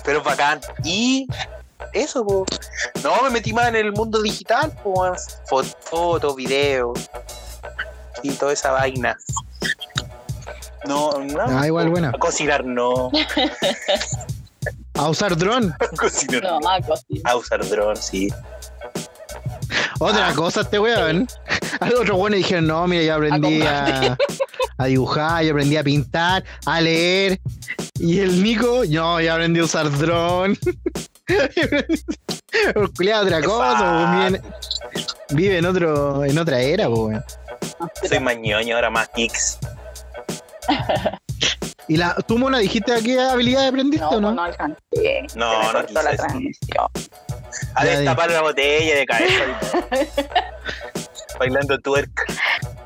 S3: Pero bacán. Y eso, po. No, me metí más en el mundo digital, po, weón. Fo- Fotos, videos. Y toda esa vaina. No, no.
S1: Ah, igual buena.
S3: A cocinar no.
S1: A usar dron.
S3: A cocinar
S2: No, más cosas.
S3: A usar dron, sí.
S1: Otra cosa este weón. Al otro weón le dijeron, no, mira, yo aprendí a, a dibujar, yo aprendí a pintar, a leer. Y el Nico, no, yo aprendí a usar dron. Pero, culiao, otra cosa,
S3: fa-
S1: vive, vive en otro, en otra era, po, weón.
S3: Soy más ñoño, ahora más geeks.
S1: Y la, tú, Mona, dijiste a qué habilidad aprendiste
S2: No,
S1: o
S2: no,
S1: no?
S2: no alcancé.
S3: No,
S2: Se me
S3: no
S2: cortó
S3: quise
S2: la
S3: decir.
S2: transmisión.
S3: A
S1: Ya,
S3: destapar la botella de cabeza. Bailando tuerca.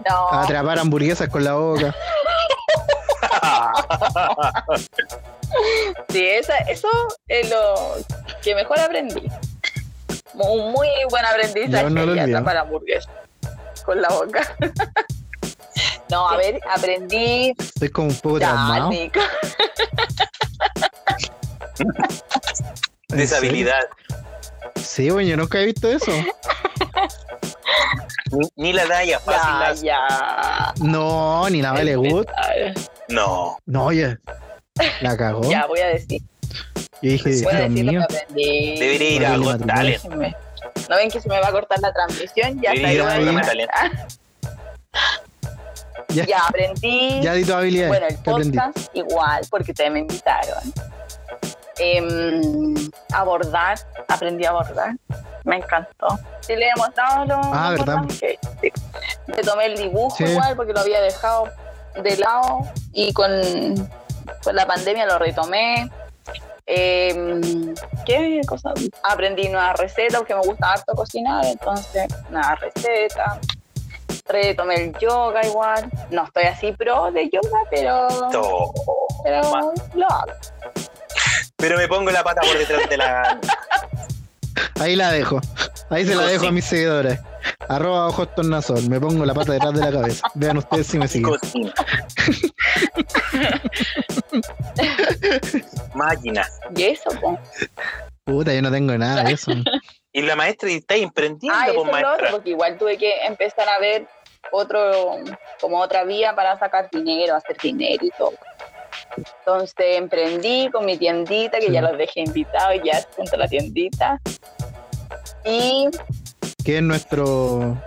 S2: No,
S1: Atrapar hamburguesas con la boca.
S2: sí, esa, eso es lo que mejor aprendí. Un muy buen aprendizaje
S1: Yo no lo
S2: y
S1: olvido.
S2: atrapar hamburguesa con la boca. no, a ver, aprendí.
S1: Estoy como un poco
S2: Ya,
S1: traumado.
S2: Nico.
S1: ¿En serio?
S3: Deshabilidad.
S1: Sí, bueno, yo nunca he visto eso.
S3: Ni, ni la talla fácil.
S2: Ya,
S3: la-
S1: Ah,
S2: ya.
S1: No, ni la vale good.
S3: No.
S1: No, oye. La cagó.
S2: Ya, voy a decir.
S1: Yo dije,
S2: Voy a
S1: ¿Oh? Dios
S2: decir lo que
S1: mío.
S2: aprendí.
S3: Debería ir a
S1: Vale,
S3: Got
S1: matrimonio.
S3: Talent.
S2: Déjenme. ¿No ven que se me va a cortar la transmisión? Ya está.
S3: Debería ir a
S1: ahí.
S2: yo-
S3: Got Talent.
S1: Ya,
S2: Ya aprendí.
S1: ya di tu habilidad.
S2: Bueno, el
S1: ¿Qué aprendí?
S2: podcast igual, porque ustedes me invitaron. Em, abordar, aprendí a abordar. Me encantó. Sí, le he mostrado los.
S1: Ah,
S2: los
S1: ¿verdad?
S2: bordados que- sí. Me tomé el dibujo
S1: Sí.
S2: igual, porque lo había dejado de lado y con, con la pandemia lo retomé. Em, ¿Qué cosa? Aprendí nuevas recetas porque me gusta harto cocinar, entonces nuevas recetas. Retomé el yoga igual. No estoy así pro de yoga, pero,
S3: No.
S2: pero
S3: ma-
S2: lo hago.
S3: Pero me pongo la pata por detrás de la.
S1: Ahí la dejo. Ahí se la
S3: Nico,
S1: dejo a
S3: sí.
S1: mis seguidores. Arroba ojos tornasol. Me pongo la pata detrás de la cabeza. Vean ustedes si me siguen.
S3: cocina. Máquina.
S2: Y eso, pues.
S1: Puta, yo no tengo nada de eso.
S3: Y la maestra y está emprendiendo
S2: Ah, eso
S3: con
S2: es lo otro,
S3: maestra.
S2: porque igual tuve que empezar a ver otro, como otra vía para sacar dinero, hacer dinero y todo. Entonces emprendí con mi tiendita, que
S1: Sí.
S2: ya los dejé invitados, ya es junto a la tiendita. Y
S1: Que es nuestro,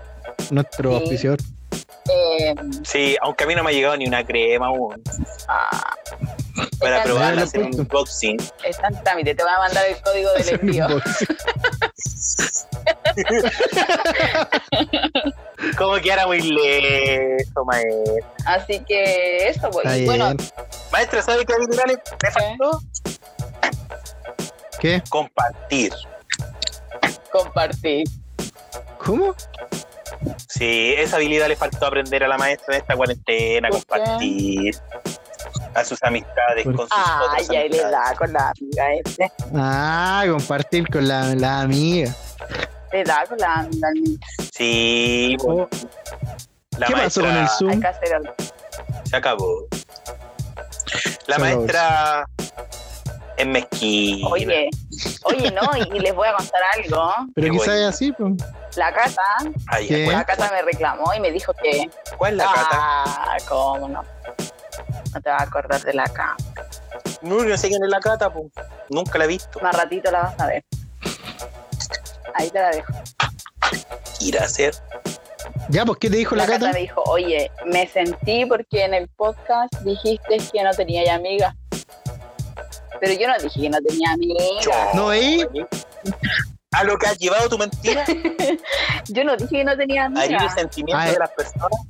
S1: nuestro
S2: Sí.
S1: auspiciador.
S2: eh,
S3: Sí, aunque a mí no me ha llegado ni una crema aún.
S2: ah, está
S3: Para
S2: en
S3: probarla,
S1: Dale,
S3: hacer un
S1: punto.
S3: unboxing.
S2: está en trámite, te voy a mandar el código del
S1: Hacer un
S2: envío.
S1: unboxing.
S3: Como que era muy lejos, maestra.
S2: Así que eso, pues.
S1: Está
S2: Y Bueno,
S1: bien.
S3: Maestra, ¿sabe qué habilidades le faltó?
S1: ¿Qué?
S3: Compartir.
S2: compartir.
S1: ¿Cómo?
S3: Sí, esa habilidad le faltó aprender a la maestra en esta cuarentena,
S2: ¿Por qué?
S3: compartir a sus amistades con sus
S2: Ah,
S3: otras
S2: ya él
S3: amistades.
S2: da con la amiga este.
S1: Ah, compartir con la, la amiga.
S2: Le da con la amiga. amiga.
S3: Sí,
S1: Oh,
S3: la
S1: ¿Qué pasó con el
S3: maestra
S2: Hay
S1: Zoom?
S2: que hacer algo.
S3: se acabó.
S1: Se
S3: La
S1: acabó.
S3: maestra es mezquina.
S2: Oye, oye, no, y, y les voy a contar algo.
S1: Pero
S3: qué
S1: quizás
S3: bueno.
S1: es así, pues.
S2: La Cata,
S3: Ay,
S1: ¿Qué?
S3: ¿cuál,
S2: la Cata me reclamó y me dijo que.
S3: cuál es la cata?
S2: Ah, cómo no. No te vas a acordar de la Cata.
S3: No, no sé quién es la cata, po. nunca la he visto.
S2: Más ratito la vas a ver. Ahí te la dejo.
S3: Ir a hacer.
S1: Ya, pues, ¿qué te dijo la,
S2: la Cata
S1: cata?
S2: me dijo, oye, me sentí porque en el podcast dijiste que no tenía ya amiga. Pero yo no dije que no tenía amiga.
S1: No, ahí.
S3: A lo que has llevado tu mentira,
S2: Yo no dije que no tenía
S3: a herir el
S2: amiga.
S3: sentimiento
S1: Ay.
S3: de las personas.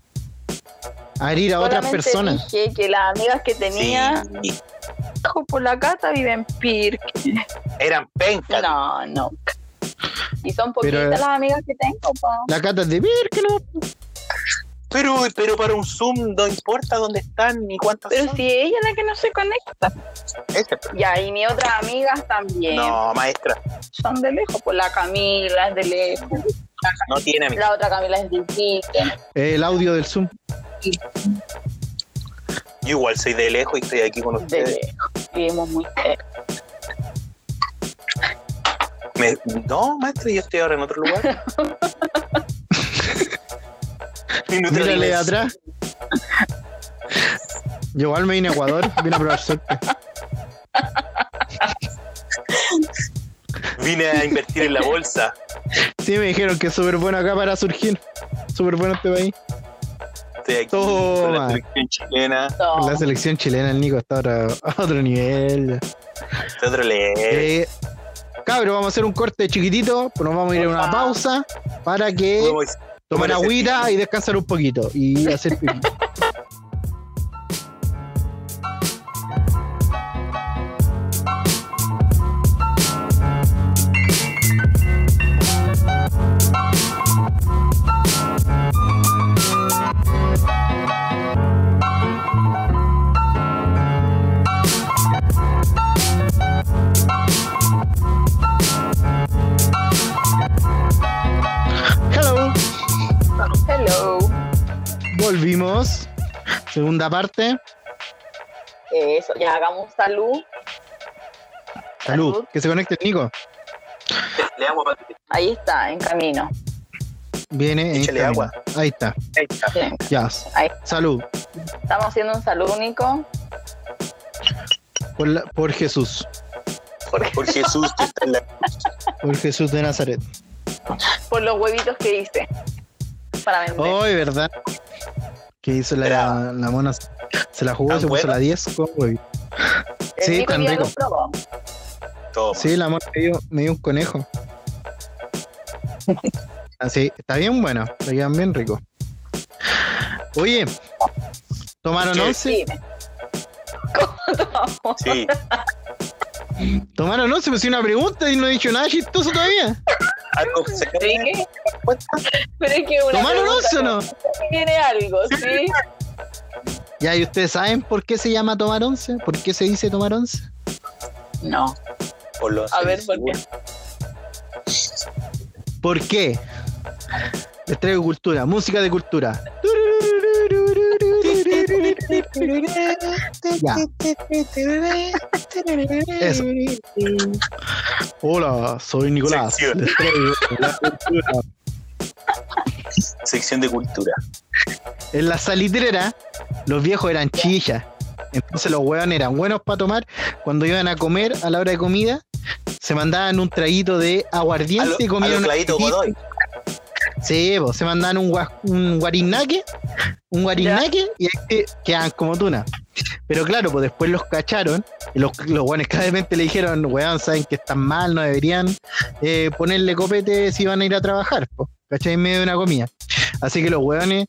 S1: A herir a otras
S2: Solamente
S1: personas.
S2: Dije que las amigas que tenía
S3: Sí,
S2: ojo, por la Cata viven Pirque.
S3: eran pencas.
S2: No, no. Y son poquitas
S1: Pero-
S2: las amigas que tengo, pa.
S1: La cata es de ver que no.
S3: Pero, pero para un Zoom no importa dónde están ni cuántas
S2: Pero
S3: son.
S2: si ella es la que no se conecta.
S3: Ese-
S2: Ya, y mis otras amigas también.
S3: No, maestra,
S2: Son de lejos, por la Camila es de lejos.
S3: no tiene amigos.
S2: La otra Camila es de Iquique.
S1: Eh, El audio del Zoom.
S3: Yo igual soy de lejos y estoy aquí con
S2: de
S3: ustedes.
S2: lejos. Vivimos muy cerca.
S3: Me- no, maestra, yo estoy ahora en otro lugar. En otra
S1: Mírale de
S3: dimensión.
S1: atrás. Yo igual me vine a Ecuador, vine a probar suerte.
S3: Vine a invertir en la bolsa.
S1: Sí, me dijeron que es súper bueno acá para surgir. Súper bueno este país.
S3: Estoy aquí con
S1: Toma.
S3: la selección chilena.
S2: No,
S1: La selección chilena, el Nico, está a otro, a otro nivel.
S3: De otro le.
S1: Eh, cabros, vamos a hacer un corte chiquitito, pero nos vamos a ir a una
S2: Opa.
S1: pausa para que
S3: Vamos,
S1: tomar
S3: vamos a hacer
S1: agüita y descansar un poquito y hacer pipí. Hello.
S2: hello.
S1: Volvimos. Segunda parte.
S2: Eso, ya hagamos un salud.
S1: Salud.
S2: Salud.
S1: Que se conecte el Nico.
S3: Le hago para
S2: Ahí está, en camino.
S1: Viene. en
S3: Échale
S1: camino.
S3: agua.
S1: Ahí está.
S3: Ahí está.
S2: Sí.
S1: Ya.
S2: Ahí.
S1: Salud.
S2: Estamos haciendo un salud único.
S1: Por, la- por Jesús.
S3: Por, por Jesús que está en la
S1: Por Jesús de Nazaret.
S2: Por los huevitos que hice. Para vender.
S1: Hoy, ¿verdad? Que hizo la,
S3: Era-
S1: la mona. Se la jugó,
S3: ¿Tan
S1: se puso
S3: bueno?
S1: la 10. con huevito.
S2: El
S1: sí,
S2: Nico
S1: tan
S2: ya lo
S1: rico.
S2: probó.
S3: toma.
S1: Sí, la mona me dio, me dio un conejo. Así, está bien bueno. Le quedan bien rico. Oye, tomaron
S3: ¿Qué?
S1: 11.
S2: Dime. ¿Cómo
S3: Sí.
S1: Tomaron 11, me hizo una pregunta y no he dicho nada chistoso todavía.
S3: Algo se
S2: ¿Sí?
S3: cae.
S2: Pero es que una
S1: ¿Tomaron
S2: pregunta
S1: 11 o no?
S2: tiene algo, ¿sí?
S1: Ya, ¿y ustedes saben por qué se llama tomar once? ¿Por qué se dice tomar once?
S2: No.
S3: Por los
S2: A ver, ¿por qué?
S1: ¿Por qué? Les traigo cultura, música de cultura. Ya. Eso. Hola, soy Nicolás.
S3: Sección.
S1: Les traigo la cultura.
S3: Sección de cultura.
S1: En la salitrera, los viejos eran chillas. Entonces los huevones eran buenos para tomar. Cuando iban a comer, a la hora de comida, se mandaban un traguito de
S3: A
S1: aguardiente
S3: lo,
S1: y este
S3: a lo
S1: comían
S3: Clavito Godoy.
S1: Sí, pues, se mandaban un, gua- un guarinaque, un guarinaque y ahí te quedaban como tuna. Pero claro, pues después los cacharon. Y los, los guanes claramente le dijeron, weón, saben que están mal, no deberían eh, ponerle copete si van a ir a trabajar, po, ¿cachai? En medio de una comida. Así que los weones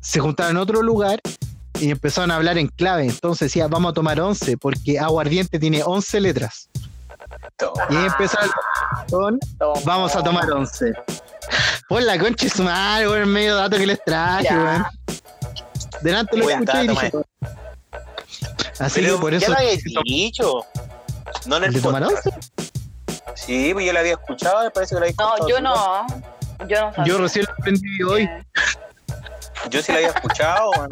S1: se juntaron en otro lugar y empezaron a hablar en clave. Entonces decía, vamos a tomar 11, porque aguardiente tiene 11 letras. Y ahí empezaron con, vamos a tomar 11. Por la concha es mal, weón, medio dato que les traje,
S2: Ya.
S1: weón. Delante lo
S3: Buena
S1: escuché y
S3: data,
S1: dije. Así
S3: Pero
S1: que por
S3: ya
S1: eso.
S3: lo había dicho. No en
S1: ¿El
S3: el
S1: de tomar
S3: podcast.
S1: 11?
S3: Sí, pues yo la había escuchado, me parece que la había escuchado.
S2: No, yo
S3: tú.
S2: no. Yo no sabía.
S1: Yo recién lo aprendí hoy.
S3: Yo sí la había escuchado, weón.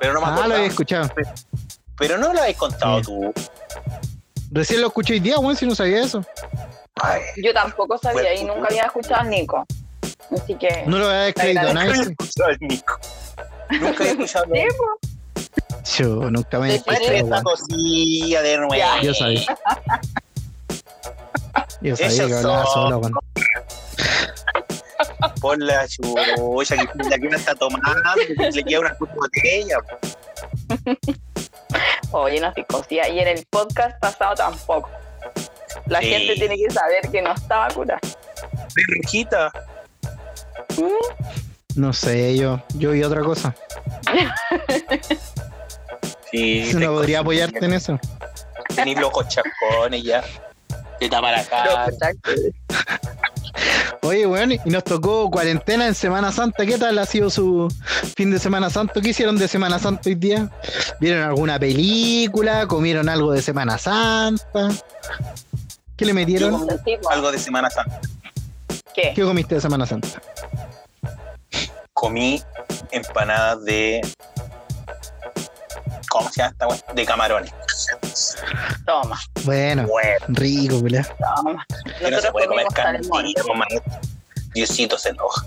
S3: pero no me
S1: Ah,
S3: acuerdo.
S1: lo había escuchado.
S3: Pero no la habías contado
S1: Sí.
S3: tú.
S1: Recién lo escuché hoy día, weón, si no sabía eso.
S3: Ay,
S2: Yo tampoco sabía y
S3: Bueno,
S2: nunca había escuchado a Nico. Así que.
S1: No lo había descrédito a
S2: Ay,
S3: nunca había
S1: nadie.
S3: escuchado al Nico. Nunca había escuchado al
S2: Sí,
S3: Nico.
S2: po.
S1: Yo nunca me había
S2: Sí,
S1: escuchado,
S2: sí,
S3: Esta
S1: weón.
S3: cosilla de nuevo.
S2: Ya.
S1: Yo sabía. Yo sabía
S3: Ellos
S1: que hablaba
S3: son-
S1: solo, weón.
S3: Por la chucha que la que una está tomando, que le queda una puta botella.
S2: Oye, no estoy cosida. Y en el podcast pasado tampoco. La
S3: Sí.
S2: gente tiene que saber que no estaba curada.
S3: Virgita.
S1: No sé, yo, yo vi otra cosa.
S3: Sí.
S1: No podría apoyarte en eso.
S3: Tenís los ojos chacones ya. Te tapa la cara.
S2: Pero
S1: Oye, weón, y nos tocó cuarentena en Semana Santa. ¿Qué tal ha sido su fin de Semana Santo? ¿Qué hicieron de Semana Santa hoy día? ¿Vieron alguna película? ¿Comieron algo de Semana Santa? ¿Qué le metieron?
S3: Algo de Semana Santa.
S2: ¿Qué?
S1: ¿Qué comiste de Semana Santa?
S3: Comí empanadas de. ¿Cómo se llama esta weá? De camarones.
S2: Toma,
S1: Bueno,
S3: Bueno,
S1: rico, weón.
S2: toma.
S3: que no se puede comer
S2: comimos
S3: carne.
S2: salmón.
S3: maestro. Diosito se enoja.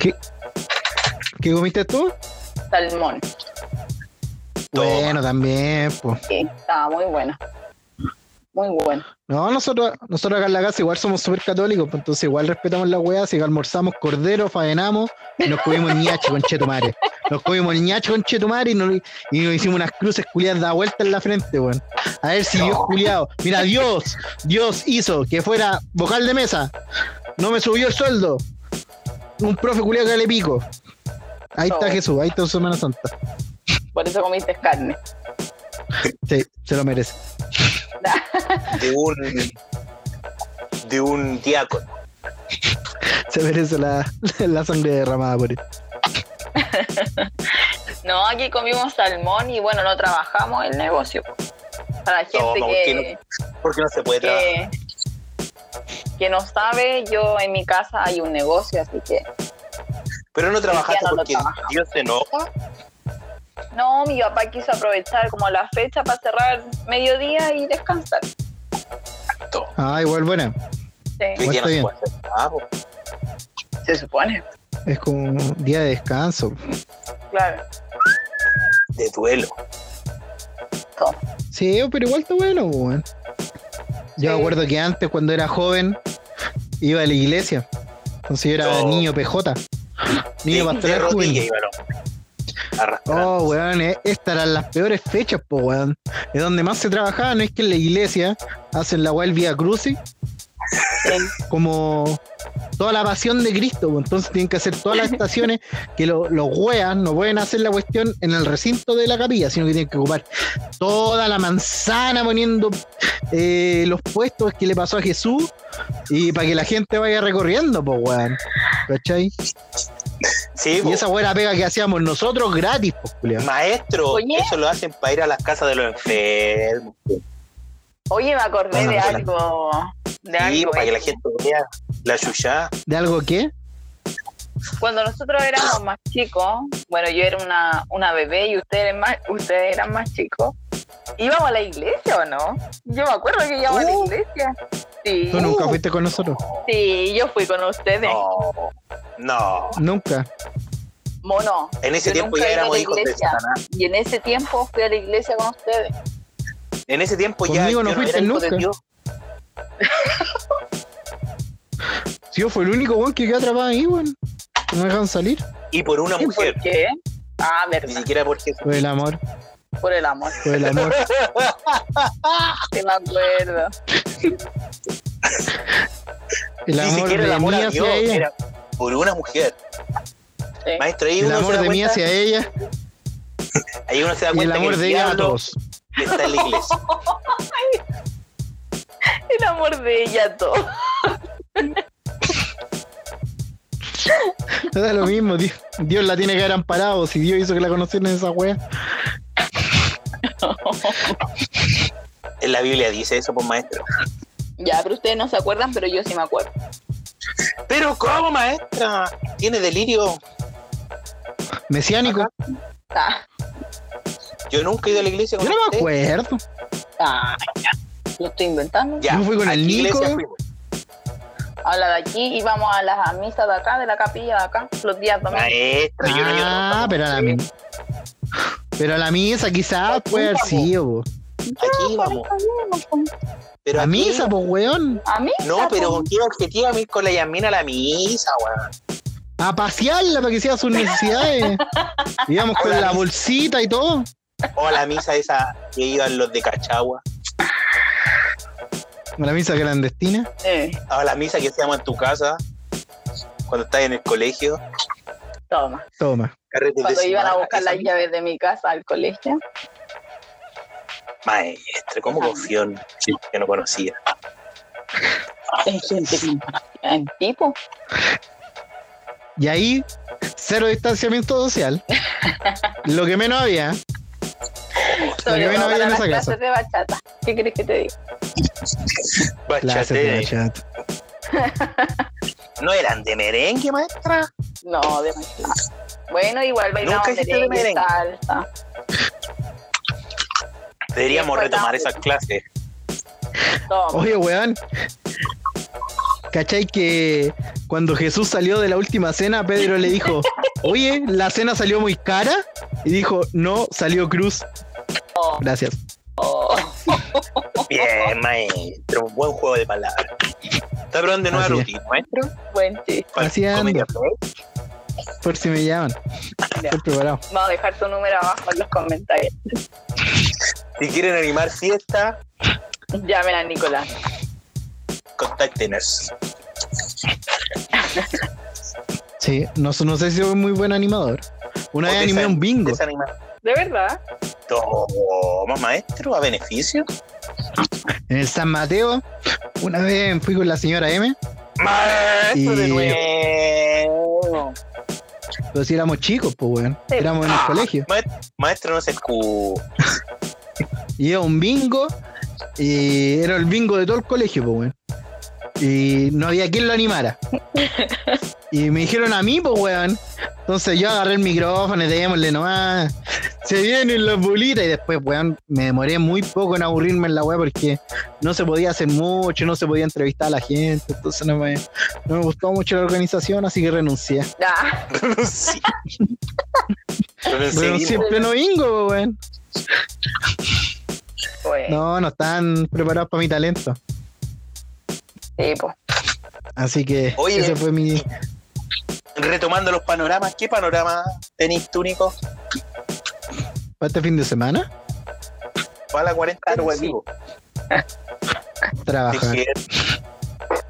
S1: ¿Qué comiste tú?
S2: Salmón.
S3: Toma.
S1: Bueno, también, pues.
S2: Sí, estaba muy bueno. Muy bueno.
S1: No, nosotros, nosotros acá en la casa igual somos súper católicos, pues, entonces igual respetamos la weá, así que almorzamos cordero, faenamos y nos comimos el ñacho con chetumare. Nos comimos el ñacho con chetumare y nos, y nos hicimos unas cruces culiadas da vuelta en la frente, weón. A ver si Dios culiado. Mira, Dios, Dios hizo que fuera vocal de mesa. No me subió el sueldo. Un profe culiado que le pico. Ahí está
S2: No.
S1: Jesús, ahí está su Semana Santa.
S2: Por eso comiste carne.
S1: Sí, se lo merece.
S3: De un. De un diácono.
S1: Se merece la, la sangre derramada por él.
S2: No, aquí comimos salmón y bueno, no trabajamos el negocio. Para la gente
S3: Toma, ¿por qué
S2: que,
S3: Porque no se puede trabajar.
S2: que, que no sabe, yo en mi casa hay un negocio, así que.
S3: Pero no trabajaste
S2: Ya no lo
S3: porque
S2: trabaja.
S3: Dios se enoja.
S2: No, mi papá quiso aprovechar como la fecha para cerrar mediodía y descansar.
S3: Toma.
S1: Ah, igual buena.
S2: Sí,
S3: Hoy día
S1: Está
S3: no se
S1: bien.
S3: puede hacer nada, po.
S2: se supone.
S1: Es como un día de descanso.
S2: Claro.
S3: De duelo.
S2: Toma.
S1: Sí, pero igual está bueno, pues, weón. Yo me
S2: Sí.
S1: acuerdo que antes, cuando era joven, iba a la iglesia. Entonces yo era
S3: No.
S1: niño PJ. Niño
S3: Oh. de, de
S1: pastoral
S3: rodilla
S1: juvenil.
S3: iba el Arrastrando.
S1: Oh, weón, eh, estas eran las peores fechas, po, weón. Es donde más se trabajaba, no es que en la iglesia hacen la weá el Vía Crucis,
S2: Sí.
S1: como toda la pasión de Cristo, po. entonces tienen que hacer todas las estaciones que lo- los weas no pueden hacer la cuestión en el recinto de la capilla, sino que tienen que ocupar toda la manzana poniendo eh, los puestos que le pasó a Jesús y para que la gente vaya recorriendo, pues weón. ¿Cachai?
S3: Sí, po.
S1: Y esa buena pega que hacíamos nosotros gratis, pues, culiao.
S3: Maestro,
S2: Oye.
S3: eso lo hacen para ir a las casas de los enfermos.
S2: Oye, me acordé
S1: Bueno,
S2: de
S1: bueno.
S2: algo. De
S3: Sí,
S2: algo.
S3: para que la
S2: ¿eh?
S3: gente vea la chucha.
S1: ¿De algo qué?
S2: Cuando nosotros éramos más chicos, bueno, yo era una, una bebé y ustedes eran, más, ustedes eran más chicos, ¿íbamos a la iglesia o no? Yo me acuerdo que íbamos a la
S3: Uh.
S2: iglesia. Sí,
S1: Tú nunca fuiste con nosotros.
S2: sí, yo fui con ustedes.
S3: No, no.
S1: Nunca.
S2: Mono.
S3: En ese
S2: Yo
S3: tiempo
S2: nunca
S3: ya
S2: he ido a
S3: éramos
S2: la
S3: hijos de
S2: iglesia.
S3: Satanás.
S2: Y en ese tiempo fui a la iglesia con ustedes.
S3: En ese tiempo ya
S1: Conmigo Pues
S3: yo
S1: no
S3: no
S1: fuiste
S3: era hijo de
S1: nunca.
S3: Dios.
S1: Si yo fui el único weón que quedó atrapado ahí, weón. No me dejan salir.
S3: Y por una
S2: ¿Y
S1: pues.
S3: mujer.
S2: por qué? Ah,
S3: Ni
S2: verdad.
S3: siquiera porque
S1: Por el amor.
S2: Por el amor.
S1: Por el amor.
S2: Sí me acuerdo.
S1: El
S3: Ni
S1: amor
S3: siquiera el
S1: de
S3: amor
S1: mí
S3: a Dios
S1: hacia ella.
S3: era por una mujer.
S2: Sí.
S3: Maestro, ahí
S1: El
S3: uno, se
S1: amor
S3: da
S1: de mí
S3: cuenta,
S1: hacia ella
S3: ahí uno se
S1: y
S3: da
S1: el
S3: cuenta que
S1: amor
S3: el
S1: de ella a
S3: diablo
S1: todos.
S3: está en la iglesia.
S2: El amor de ella todo.
S1: No da lo mismo, Dios, Dios la tiene que haber amparado. Si Dios hizo que la conocieran esa wea.
S3: En la Biblia dice eso, pues maestro.
S2: Ya, pero ustedes no se acuerdan, pero yo sí me acuerdo.
S3: Pero ¿cómo, maestra? Tiene delirio.
S1: Mesiánico.
S2: Ah,
S3: Yo nunca he ido a la iglesia con
S1: Yo no me
S3: usted.
S1: acuerdo.
S2: ah, ya. Lo estoy inventando.
S3: Ya,
S1: Yo fui con
S3: ¿a
S1: el
S3: qué
S1: Nico.
S3: iglesia fuimos?
S2: Habla de aquí y vamos a las misas de acá, de la capilla de acá, los días domingos.
S3: Maestra, yo no
S1: Ah, pero a la mi- Pero a la misa quizás puede haber sido. po.
S3: Aquí vamos. Pero
S1: A
S3: aquí-
S1: misa, pues weón.
S2: ¿A mí?
S3: No, pero ¿con qué objetivo a mí con la Yamina a la misa, weón?
S1: A pasearla para que sea sus necesidades. Íbamos con
S3: Ahora
S1: la
S3: misa.
S1: bolsita y todo.
S3: O a la misa esa que iban los de Cachagua.
S1: A La misa clandestina.
S2: Eh,
S3: A la misa que hacíamos en tu casa. Cuando estás en el colegio.
S2: toma.
S1: Toma.
S3: carretes de
S2: Cuando iban a
S3: semana,
S2: buscar
S3: esa
S2: las
S3: misa.
S2: llaves de mi casa al colegio.
S3: Maestra, ¿cómo
S2: Ajá.
S3: confío en gente que no conocía?
S2: Hay gente que- en tipo.
S1: Y ahí, cero distanciamiento social. Lo que menos había.
S2: Sobre
S1: que ven
S2: todo
S1: hoy
S2: para
S1: en
S2: las
S1: esa
S2: clases
S1: casa.
S2: de bachata. ¿Qué crees que te diga?
S1: Clases de
S3: Bachate.
S1: bachata.
S3: ¿No eran de merengue, maestra?
S2: No, de bachata. Bueno, igual bailamos
S3: Nunca hiciste de
S2: merengue,
S3: merengue.
S2: salsa.
S3: Deberíamos
S2: Sí,
S3: retomar
S2: pues,
S3: esas clases.
S2: Toma.
S1: Oye, weón. ¿Cachai que cuando Jesús salió de la última cena, Pedro le dijo, oye, la cena salió muy cara? Y dijo, no, salió cruz. Gracias.
S3: Bien, maestro. Un buen juego de palabras. Está perdón de nuevo,
S1: Así es.
S3: Ruti, maestro.
S2: Buen chiste.
S3: ¿Cuál-
S1: Así ando.
S3: comedia pro?
S1: Por si me llaman. Estoy preparado.
S2: Vamos a dejar su número abajo en los comentarios.
S3: Si quieren animar fiesta,
S2: Llamen a Nicolás.
S3: contáctenos.
S1: Sí, no, no sé si soy muy buen animador. Una vez
S3: Porque
S1: animé
S3: esa-
S1: un bingo.
S3: desanimar.
S2: ¿De verdad?
S3: Toma, maestro, a beneficio.
S1: En el San Mateo, una vez fui con la señora M,
S3: Maestro de
S1: Y-
S3: eh, nuevo.
S1: pero si éramos chicos, pues weón.
S2: Sí.
S1: Éramos en el colegio.
S3: Maest- Maestro no se escucha.
S1: Y era un bingo, y era el bingo de todo el colegio, pues weón. Y no había quien lo animara. Y me dijeron a mí, pues weón. Entonces yo agarré el micrófono y démosle nomás. Se vienen las bolitas. Y después, weón, me demoré muy poco en aburrirme en la weá porque no se podía hacer mucho, no se podía entrevistar a la gente. Entonces no me, no me gustó mucho la organización, así que renuncié.
S2: Ah,
S3: Sí. Pero
S1: Pero
S3: seguimos.
S1: siempre no bingo, weón.
S2: bueno.
S1: No, no están preparados para mi talento.
S2: Sí, pues. po.
S1: Así que
S3: Oye.
S1: ese fue mi.
S3: Retomando los panoramas, ¿qué panorama tenés tú, Nico?
S1: ¿Para este fin de semana?
S3: Para la cuarentena,
S2: Claro,
S3: sí.
S1: Trabajar.
S3: Dije,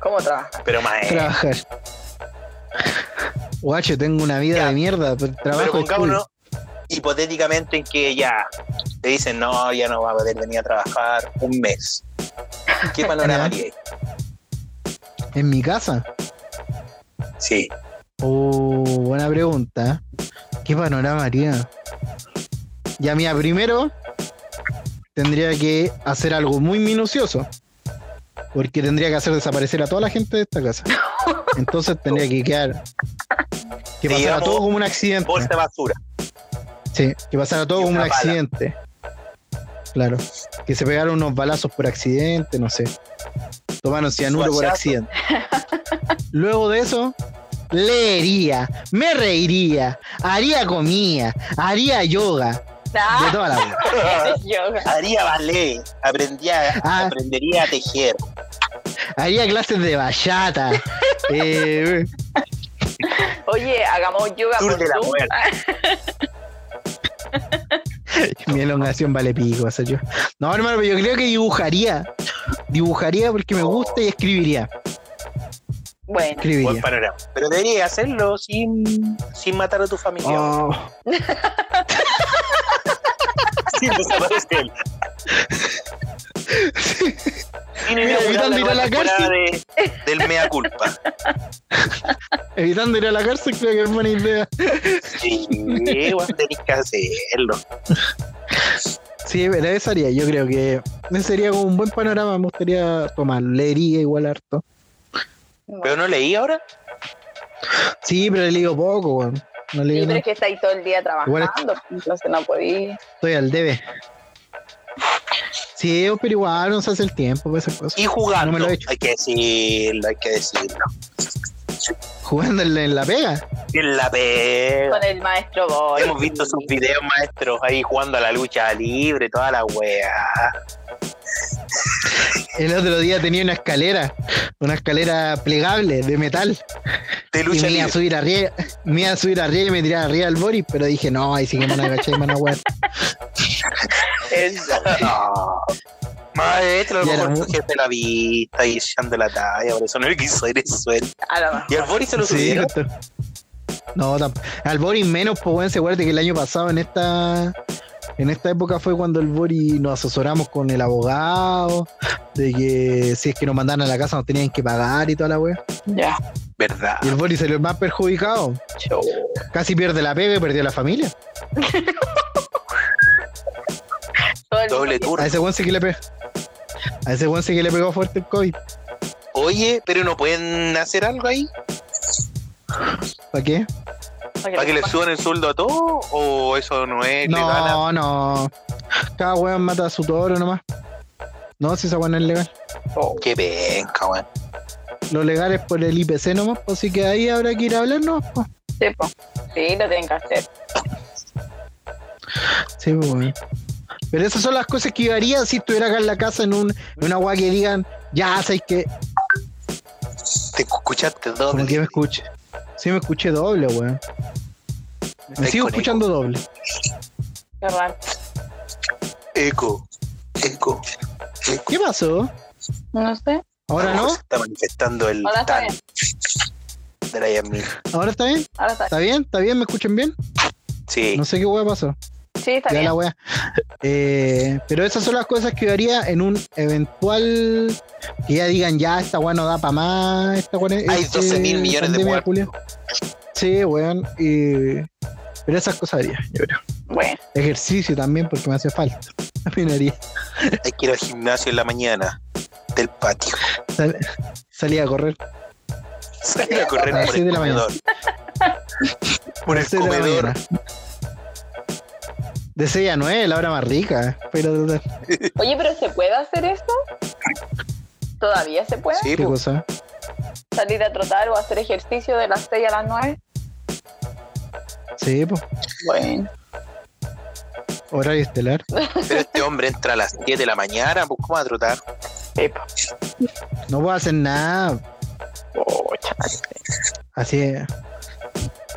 S2: ¿Cómo trabaja?
S3: Pero maestro,
S1: Trabajar. Guacho, tengo una vida
S3: Ya.
S1: de mierda. pero
S3: pero
S1: Trabajo
S3: pongámonos hipotéticamente en que ya te dicen, no, ya no va a poder venir a trabajar un mes. ¿Qué panorama
S1: Ya.
S3: haríais?
S1: es cool. en mi casa.
S3: Sí.
S1: Oh, buena pregunta. ¿Qué panorama haría? Ya, mira, primero tendría que hacer algo muy minucioso. Porque tendría que hacer desaparecer a toda la gente de esta casa. Entonces tendría que quedar. Que
S3: Te
S1: pasara
S3: llevamos
S1: todo como un accidente.
S3: Bolsa de basura.
S1: Sí, que pasara todo
S3: y
S1: como un
S3: una bala.
S1: accidente. Claro. Que se pegaron unos balazos por accidente, no sé. Tomaron cianuro por
S3: Guachazo.
S1: accidente. Luego de eso, leería, me reiría, haría comida, haría yoga, de
S2: Ah,
S1: toda la vida.
S2: yoga.
S3: Haría ballet, aprendía,
S1: Ah.
S3: aprendería a tejer.
S1: Haría clases de bachata. eh,
S2: Oye, hagamos yoga Ah,
S3: Tour
S2: por
S3: de la
S2: Zoom.
S3: muerte.
S1: Mi elongación vale pico, o sea, yo. No, hermano, pero yo creo que dibujaría. Dibujaría porque me gusta y escribiría.
S2: Bueno,
S3: Buen
S1: Escribiría.
S3: panorama. Pero deberías hacerlo sin, sin matar a tu familia.
S1: Oh,
S3: Sin desaparecer. Sin inaugurar
S1: evitando ir a la
S3: nueva temporada de- del mea culpa.
S1: evitando ir a la cárcel, creo que es buena idea.
S3: Sí, weón, tenés que hacerlo.
S1: Sí, pero eso haría, yo creo que ese sería como un buen panorama, me gustaría tomar. Leería igual harto.
S3: Pero no leí ahora.
S1: Sí, pero le digo poco, weón. No
S2: sí,
S1: le
S2: pero es que estáis todo el día
S1: Igual es-
S2: trabajando, pues, entonces no podéis.
S1: estoy al debe. Sí, pero igual no se hace el tiempo para esas cosas.
S3: Y jugando.
S1: No me lo he hecho.
S3: Hay que decirlo, hay que decirlo.
S1: Jugando en la, en la pega.
S3: En la pega.
S2: Con el maestro Boy.
S3: Hemos visto sus videos maestros ahí jugando a la lucha libre, toda la wea.
S1: El otro día tenía una escalera, una escalera plegable de metal.
S3: De
S1: Y
S3: lucha
S1: me iba a
S3: libre.
S1: subir arriba, me iba a subir arriba y me tiraba arriba al Boris, pero dije, no, ahí sí que me van a agachar y me van a wear.
S3: Esa. No. Maestro, a lo
S1: Ya era
S3: mejor tu
S1: muy-
S3: jefe la vista y echando la talla, por eso no le quiso ir eso él.
S2: A lo mejor.
S3: Y al Boris se lo
S1: Sí,
S3: subieron.
S1: justo. No, tamp- al Boris menos, pues bueno, se guarde que el año pasado en esta en esta época fue cuando el Boris nos asesoramos con el abogado, de que si es que nos mandaban a la casa nos tenían que pagar y toda la wea.
S2: Ya,
S3: ¿Verdad?
S1: Y el Boris salió el más perjudicado.
S2: chau.
S1: Casi pierde la pega y perdió la familia.
S2: Todo el
S3: Doble
S2: mismo
S1: A
S3: turno.
S1: ese weón sí que le pegó. A ese weón sí que le pegó fuerte el COVID.
S3: Oye, pero no pueden hacer algo ahí
S1: ¿Para qué?
S2: tiempo que
S3: para que le
S2: pasa.
S3: suban el sueldo a todos o eso no es legal. ah.
S1: No, no. Cada weón mata a su toro nomás. No, si esa weón no es legal.
S2: Oh,
S3: Qué penca, weón.
S1: Lo legal es por el IPC nomás, pues así que ahí habrá que ir a hablar nomás, pues.
S2: sí, po. Sí, lo tienen que hacer.
S1: Sí, pues, weón. Pero esas son las cosas que yo haría si estuviera acá en la casa en, un, en una weá que digan, ya sabéis que.
S3: Te escuchaste
S1: Como
S3: doble.
S1: que me escuche. Sí, me escuché doble, weón. Me
S3: Estáis
S1: sigo
S3: con
S1: escuchando doble.
S2: Qué raro.
S3: Eco. Eco. Eco.
S1: ¿Qué pasó?
S2: No sé.
S1: ¿Ahora no?
S3: Se está manifestando el
S2: Ahora está
S3: tan
S2: bien.
S3: de la Yasmin.
S1: ¿Ahora está bien?
S2: Ahora está
S1: ¿Está bien? ¿Está bien? ¿Me escuchan bien?
S3: Sí.
S1: No sé qué weá pasó.
S2: Sí, está
S1: Ya
S2: bien.
S1: la wea. Eh, pero esas son las cosas que yo haría en un eventual que ya digan ya esta weá no da para más, esta weá es-
S3: Hay
S1: este,
S3: 12.000 millones de
S1: pandemia,
S3: muertos.
S1: culiao. Sí, weón. y- pero esas cosas haría, yo creo.
S2: Bueno,
S1: Ejercicio también porque me hace falta. También haría.
S3: Hay que ir al gimnasio en la mañana. Del patio.
S1: Sal- salía a correr.
S3: Salir a correr
S1: A las
S3: por
S1: seis
S3: el
S1: de la mañana.
S3: comedor. Por el
S1: Seis de la
S3: comedor.
S1: mañana. De 6 a 9, la hora más rica. Pero,
S2: oye, pero ¿se puede hacer esto? ¿Todavía se puede?
S3: Sí,
S1: ¿qué
S3: pues.
S1: cosa?
S2: ¿Salir a trotar o hacer ejercicio de las 6 a las 9?
S1: Sí, pues.
S2: Bueno.
S1: Horario estelar.
S3: Pero este hombre entra a las 10 de la mañana. Pues, ¿cómo va a trotar?
S2: Sí, po.
S1: No puedo hacer nada.
S2: Oh, chaval.
S1: Así es.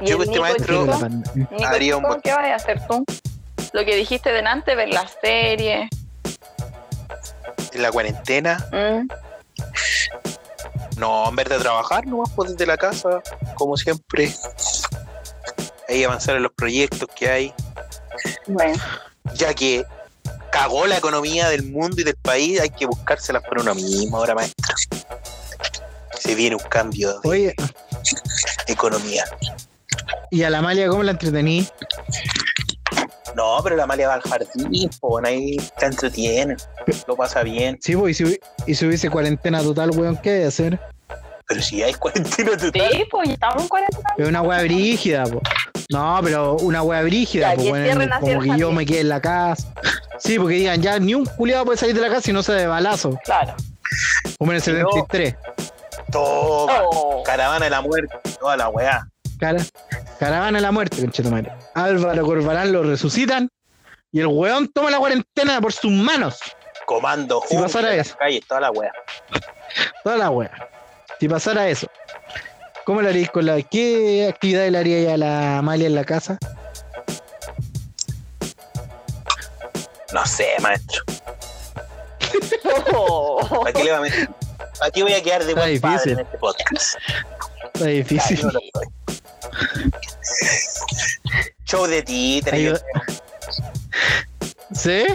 S2: ¿Y el
S3: Yo con este
S2: Nico,
S3: maestro-
S2: chico?
S1: la pandemia.
S2: Nico,
S3: Haría un
S2: chico,
S3: buen-
S2: ¿Qué vas a hacer tú? Lo que dijiste delante, ver las series.
S3: En la cuarentena.
S2: Mm.
S3: No, en vez de trabajar, no pues desde la casa. Como siempre. Ahí avanzar en los proyectos que hay.
S2: Bueno,
S3: ya que cagó la economía del mundo y del país, hay que buscárselas por uno mismo ahora, maestro. Se viene un cambio de
S1: Oye,
S3: economía.
S1: ¿y a la Amalia cómo la entretení?
S3: No, pero la Amalia va al jardín, po, ahí se entretiene, lo pasa bien.
S1: Sí, pues, y si, hubi- y si hubiese cuarentena total, weón, ¿qué hay de hacer?
S3: Pero si hay cuarentena total,
S2: sí, pues estamos en cuarentena.
S1: Es una weá brígida, po. No, pero una weá brígida,
S2: Ya,
S1: po,
S2: que
S1: weón,
S2: cierren así
S1: como
S2: el
S1: que yo
S2: jardín.
S1: me quedé en la casa. Sí, porque digan, ya ni un culiado puede salir de la casa y no sea de balazo,
S2: Claro.
S1: como en el
S3: Si no-
S1: 73.
S3: toma,
S2: Oh.
S3: caravana de la muerte, toda la weá.
S1: Cara- caravana a la muerte, conchetumare. Álvaro Corbalán lo resucitan y el weón toma la cuarentena por sus manos.
S3: Comando
S1: Si
S3: junta
S1: pasara
S3: en
S1: eso.
S3: las calles, toda la weá.
S1: Toda la wea. Si pasara eso, ¿cómo le haríais con la. ¿Qué actividad le haría a la Amalia en la casa?
S3: No sé, maestro.
S2: Oh.
S3: ¿Para qué le va a meter? Aquí voy a quedar de
S1: Está
S3: buen padre
S1: difícil.
S3: en este podcast.
S1: Está difícil.
S3: No lo soy. Show de títere.
S1: Ahí
S3: yo
S1: va. ¿Sí?
S3: creo.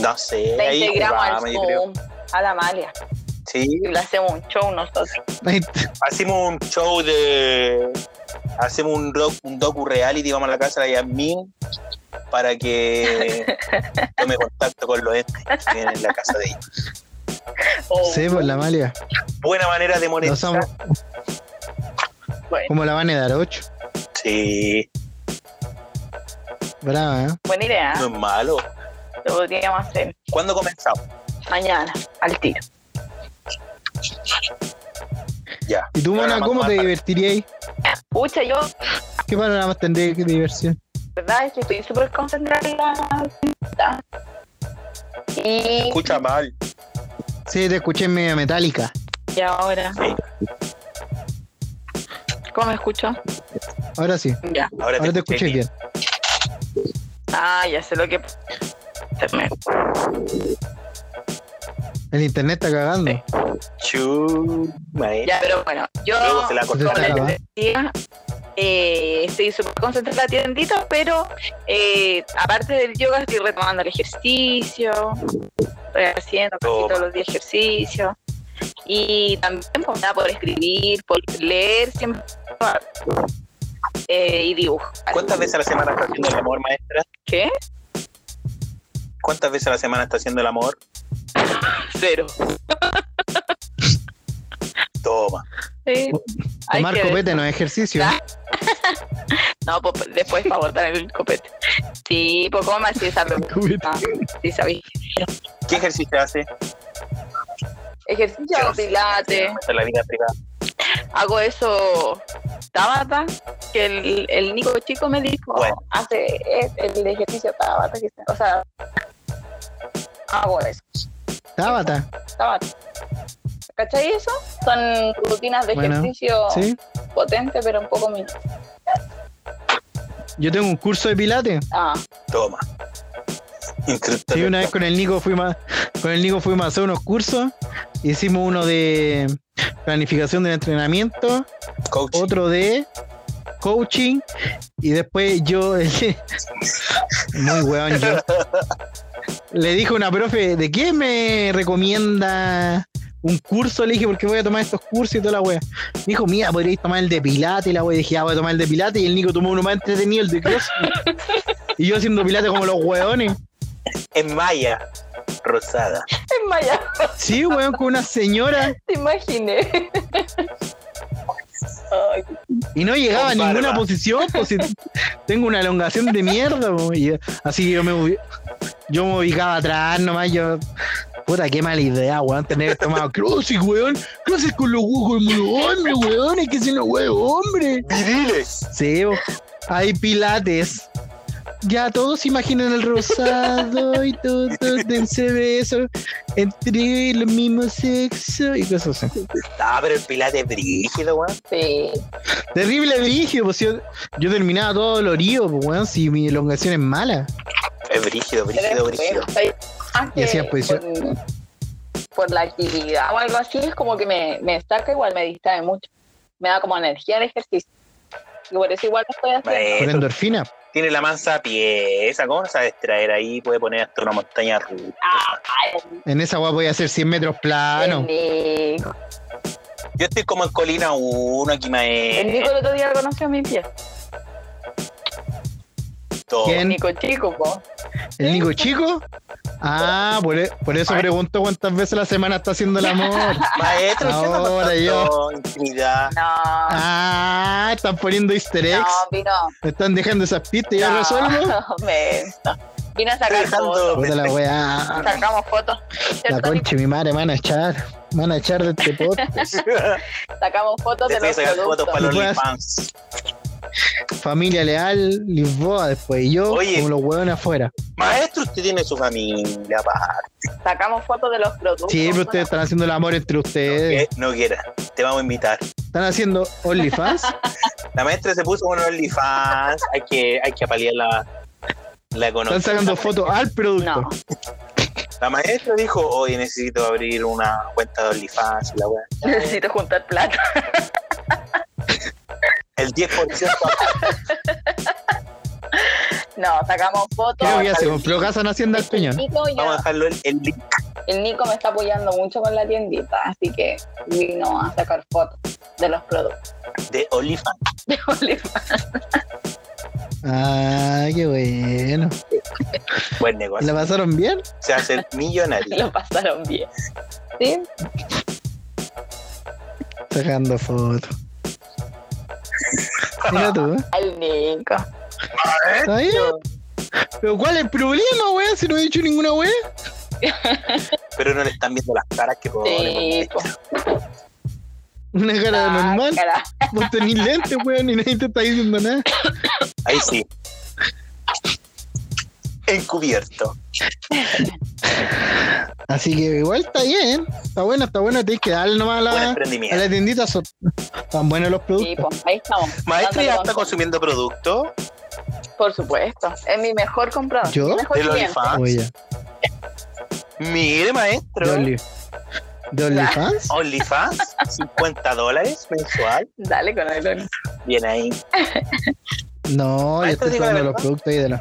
S3: No sé.
S2: La
S3: ahí
S2: integramos
S3: jugamos,
S2: al
S3: yo creo.
S2: Zoom a la Amalia
S3: Sí.
S2: y le hacemos un show nosotros.
S1: Ahí-
S3: Hacemos un show de. Hacemos un, doc, un docu reality. Vamos a la casa de la Yasmin para que tome contacto con los entes que tienen en la casa de ella.
S2: Oh,
S1: Sí, pues la malia.
S3: Buena manera de
S1: No
S3: monetizar.
S1: somos
S2: bueno,
S1: como la van a dar 8.
S3: Sí,
S1: Brava, ¿eh?
S2: buena idea.
S3: no es malo.
S2: Lo podríamos hacer
S3: ¿Cuándo comenzamos?
S2: mañana al tiro.
S3: Ya.
S1: ¿Y tú,
S3: Ahora
S1: Mona,
S3: vamos
S1: cómo
S3: a
S1: te
S3: matar.
S1: divertirías?
S2: Pucha, yo
S1: ¿Qué panoramas tendrías de diversión?
S2: La verdad es que estoy súper concentrada en la cinta. Y,
S3: Escucha mal.
S1: Sí, te escuché media metálica.
S2: y ahora. ¿Cómo me escucho?
S1: Ahora sí,
S2: Ya.
S3: Ahora,
S1: ahora te
S3: escuché
S1: escuché bien.
S2: Ah, ya sé lo que. se me-
S1: El internet está cagando.
S2: Sí.
S3: Chu, maestro.
S2: Ya, pero bueno, yo.
S3: Luego se la
S1: Se te
S3: cortó.
S1: está
S2: Como
S1: acabando.
S2: les decía, eh, estoy súper concentrada en la tiendita, pero eh, aparte del yoga estoy retomando el ejercicio, estoy haciendo casi
S3: Toma.
S2: todos los días ejercicio. Y también pues, nada, por escribir, por leer siempre eh, y dibujar.
S3: ¿Cuántas veces a la semana está haciendo el amor, maestra?
S2: ¿Qué?
S3: ¿Cuántas veces a la semana está haciendo el amor?
S2: Cero.
S3: Toma.
S2: Sí. Hay
S1: Tomar
S2: que-
S1: copete no es ejercicio.
S2: Ah. No, pues, después para botar el copete. Sí, pues cómo me hacía esa pregunta. Sí, sabía.
S3: ¿Qué ejercicio hace?
S2: Ejercicio, pilates.
S3: En la vida privada.
S2: hago eso Tabata, que el, el Nico chico me dijo,
S3: Bueno.
S2: hace el, el ejercicio Tabata, que- o sea, hago eso,
S1: Tabata,
S2: Tabata. ¿Cachai eso? Son rutinas de
S1: Bueno,
S2: ejercicio
S1: ¿sí?
S2: potente, pero un poco mínimo.
S1: Yo tengo un curso de pilates.
S2: Ah,
S3: Toma. Instructor.
S1: Sí, una vez con el Nico fuimos a- con el Nico fuimos a hacer unos cursos, hicimos uno de planificación del entrenamiento,
S3: Coach.
S1: otro de coaching y después yo muy weón yo le dije a una profe, ¿de qué me recomienda un curso? Le dije, porque voy a tomar estos cursos y toda la wea. Me dijo, mira, podríais tomar el de Pilates y la wea. Dije, ah, voy a tomar el de Pilates y el Nico tomó uno más entretenido, el de CrossFit. y yo haciendo Pilates como los weones.
S3: En Maya. Rosada.
S2: en Maya,
S1: Sí, weón, con una señora
S2: te imaginé. Ay,
S1: y no llegaba a
S3: Con barba.
S1: ninguna posición, pues si tengo una elongación de mierda, po, y- así que yo me ubi- yo me ubicaba atrás nomás, yo puta qué mala idea, weón, tener tomado cruces, weón, cruces con los huevos con los hombres, weón, es que si no huevo, hombre.
S3: Viriles.
S1: Sí, po. hay pilates. Ya todos se imaginan el rosado y todos dense besos entre el mismo sexo y cosas así.
S3: Ah, pero el pilate es brígido, weón.
S2: sí.
S1: Terrible brígido, pues yo, yo terminaba todo dolorido, pues weón, si mi elongación es mala.
S3: Es brígido, brígido,
S2: Pero
S3: brígido.
S2: estoy- más
S1: Y hacía
S2: que
S1: posición.
S2: Por, por la actividad o algo así, es como que me, me saca igual, me distrae mucho. Me da como energía el ejercicio. Y por eso igual lo estoy haciendo.
S1: Por
S3: Maestro,
S1: endorfina.
S3: tiene la mansa pieza. ¿Cómo no sabe extraer ahí? Puede poner hasta una montaña rusa.
S2: Ay,
S1: En esa weá voy a hacer 100 metros plano.
S2: el, Nico-
S3: Yo estoy como en Colina 1, aquí
S2: el Nico
S3: maestro.
S2: el otro día lo conoció a mi pie.
S1: ¿Quién?
S2: El Nico chico, po.
S1: ¿El Nico chico? Ah, por, e- por eso pregunto cuántas veces a la semana está haciendo el amor.
S3: Maestro, ¿qué anda
S1: Ahora
S3: contando
S1: yo.
S3: intimidad?
S2: No,
S1: Ah, están poniendo easter eggs.
S2: no, vino.
S1: Me están dejando esas pistas y yo
S2: no,
S1: resuelvo.
S2: me- vino a sacar
S3: Dejando-
S2: fotos.
S1: Puta la weá.
S2: Sacamos fotos.
S1: La
S2: ¿cierto, Nico?
S1: concha, de mi madre, me van a echar. Me van a echar de este pot.
S2: Sacamos fotos de
S3: Después
S2: los
S3: sacar fotos para
S2: productos.
S3: los
S1: Puedes-
S3: OnlyFans.
S1: Familia leal, Lisboa después. Y yo,
S3: Oye.
S1: como los huevones afuera.
S3: Maestro, usted tiene su familia, pa.
S2: Sacamos fotos de los productos.
S1: Sí, pero ustedes están haciendo el amor entre ustedes.
S3: Que No quiera, te vamos a invitar.
S1: ¿Están haciendo OnlyFans?
S3: La maestra se puso unos OnlyFans. Hay que, hay que apalearla. La conozco.
S1: Están sacando fotos al producto.
S2: No.
S3: La maestra dijo, hoy necesito abrir una cuenta de OnlyFans y la weá.
S2: Necesito juntar plata.
S3: El 10%
S2: No, sacamos fotos.
S1: Creo que ya se compró casa en Hacienda del Peñón.
S2: Nico ya-
S3: vamos a dejarlo el, el link.
S2: el Nico me está apoyando mucho con la tiendita, así que vino a sacar fotos de los productos
S3: de OnlyFans.
S2: de OnlyFans.
S1: Ah, qué bueno.
S3: Buen negocio.
S1: ¿La pasaron bien?
S3: Se hacen millonarios.
S2: Lo pasaron bien. ¿Sí?
S1: Sacando fotos. Mira tú. ¿eh?
S2: Al Nico.
S1: ¿Está bien? ¿Pero cuál es el problema, weón? Si no he dicho ninguna weón.
S3: Pero no le están viendo las caras que
S2: Sí,
S3: ponen.
S2: pues.
S1: Una cara de normal.
S2: cara.
S1: Vos tenés lentes, weón, y nadie te está diciendo nada.
S3: Ahí sí. Encubierto.
S1: Así que igual está bien. Está bueno, está bueno. Tienes que darle nomás a
S3: Buen
S1: la, a
S3: emprendimiento.
S1: la tiendita. Son tan buenos los productos.
S2: Sí, pues, ahí estamos.
S3: Maestra ya
S2: Dándole
S3: está consumiendo producto
S2: con- Por supuesto. Es mi mejor comprador.
S1: ¿Yo?
S2: Mi mejor
S3: del
S2: cliente.
S3: OnlyFans.
S1: Oye,
S3: Mire,
S1: de
S3: maestro.
S1: Only- de
S2: Ah.
S1: OnlyFans.
S3: OnlyFans, 50 dólares mensual.
S2: Dale con el Oli.
S3: Bien ahí.
S1: No, yo
S3: Maestro,
S1: estoy
S3: diga
S1: hablando
S3: la
S1: de los
S3: verdad.
S1: productos ahí de los.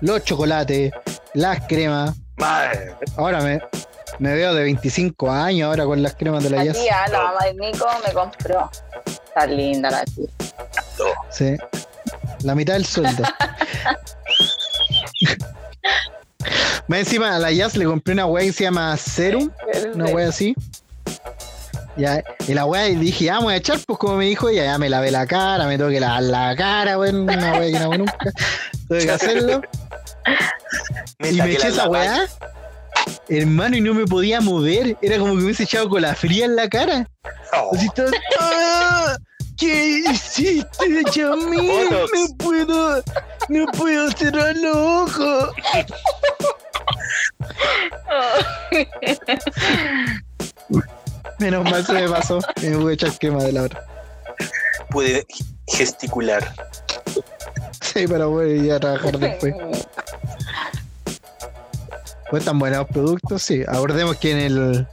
S1: Los chocolates, las cremas.
S3: Madre.
S1: Ahora me, me veo de 25 años ahora con las cremas de la
S2: La
S1: Yes.
S2: tía, la mamá de Nico, me compró. Está linda la tía.
S1: Sí. La mitad del sueldo. Más encima a la Jazz le compré una wea que se llama Serum, una wea así. Ya, y la wea y dije, ah, me voy a echar, pues como me dijo ella, ya me lavé la cara, me tengo que lavar la cara, weón, una wea que no hago nunca. Tuve que hacerlo.
S3: Me
S1: Y me
S3: saqué
S1: eché
S3: la
S1: esa
S3: lavaña.
S1: weá, hermano, y no me podía mover. Era como que me hubiese echado con la fría en la cara.
S3: Oh,
S1: Así todo, ¡Ah! ¿Qué hiciste, Chamín?
S3: Botox.
S1: No puedo, no puedo cerrar los ojos. Menos mal se me pasó. Me voy a echar crema de la hora.
S3: pude gesticular.
S1: Sí, para poder ir a trabajar después. Pues tan buenos productos, sí. Acordemos que en el.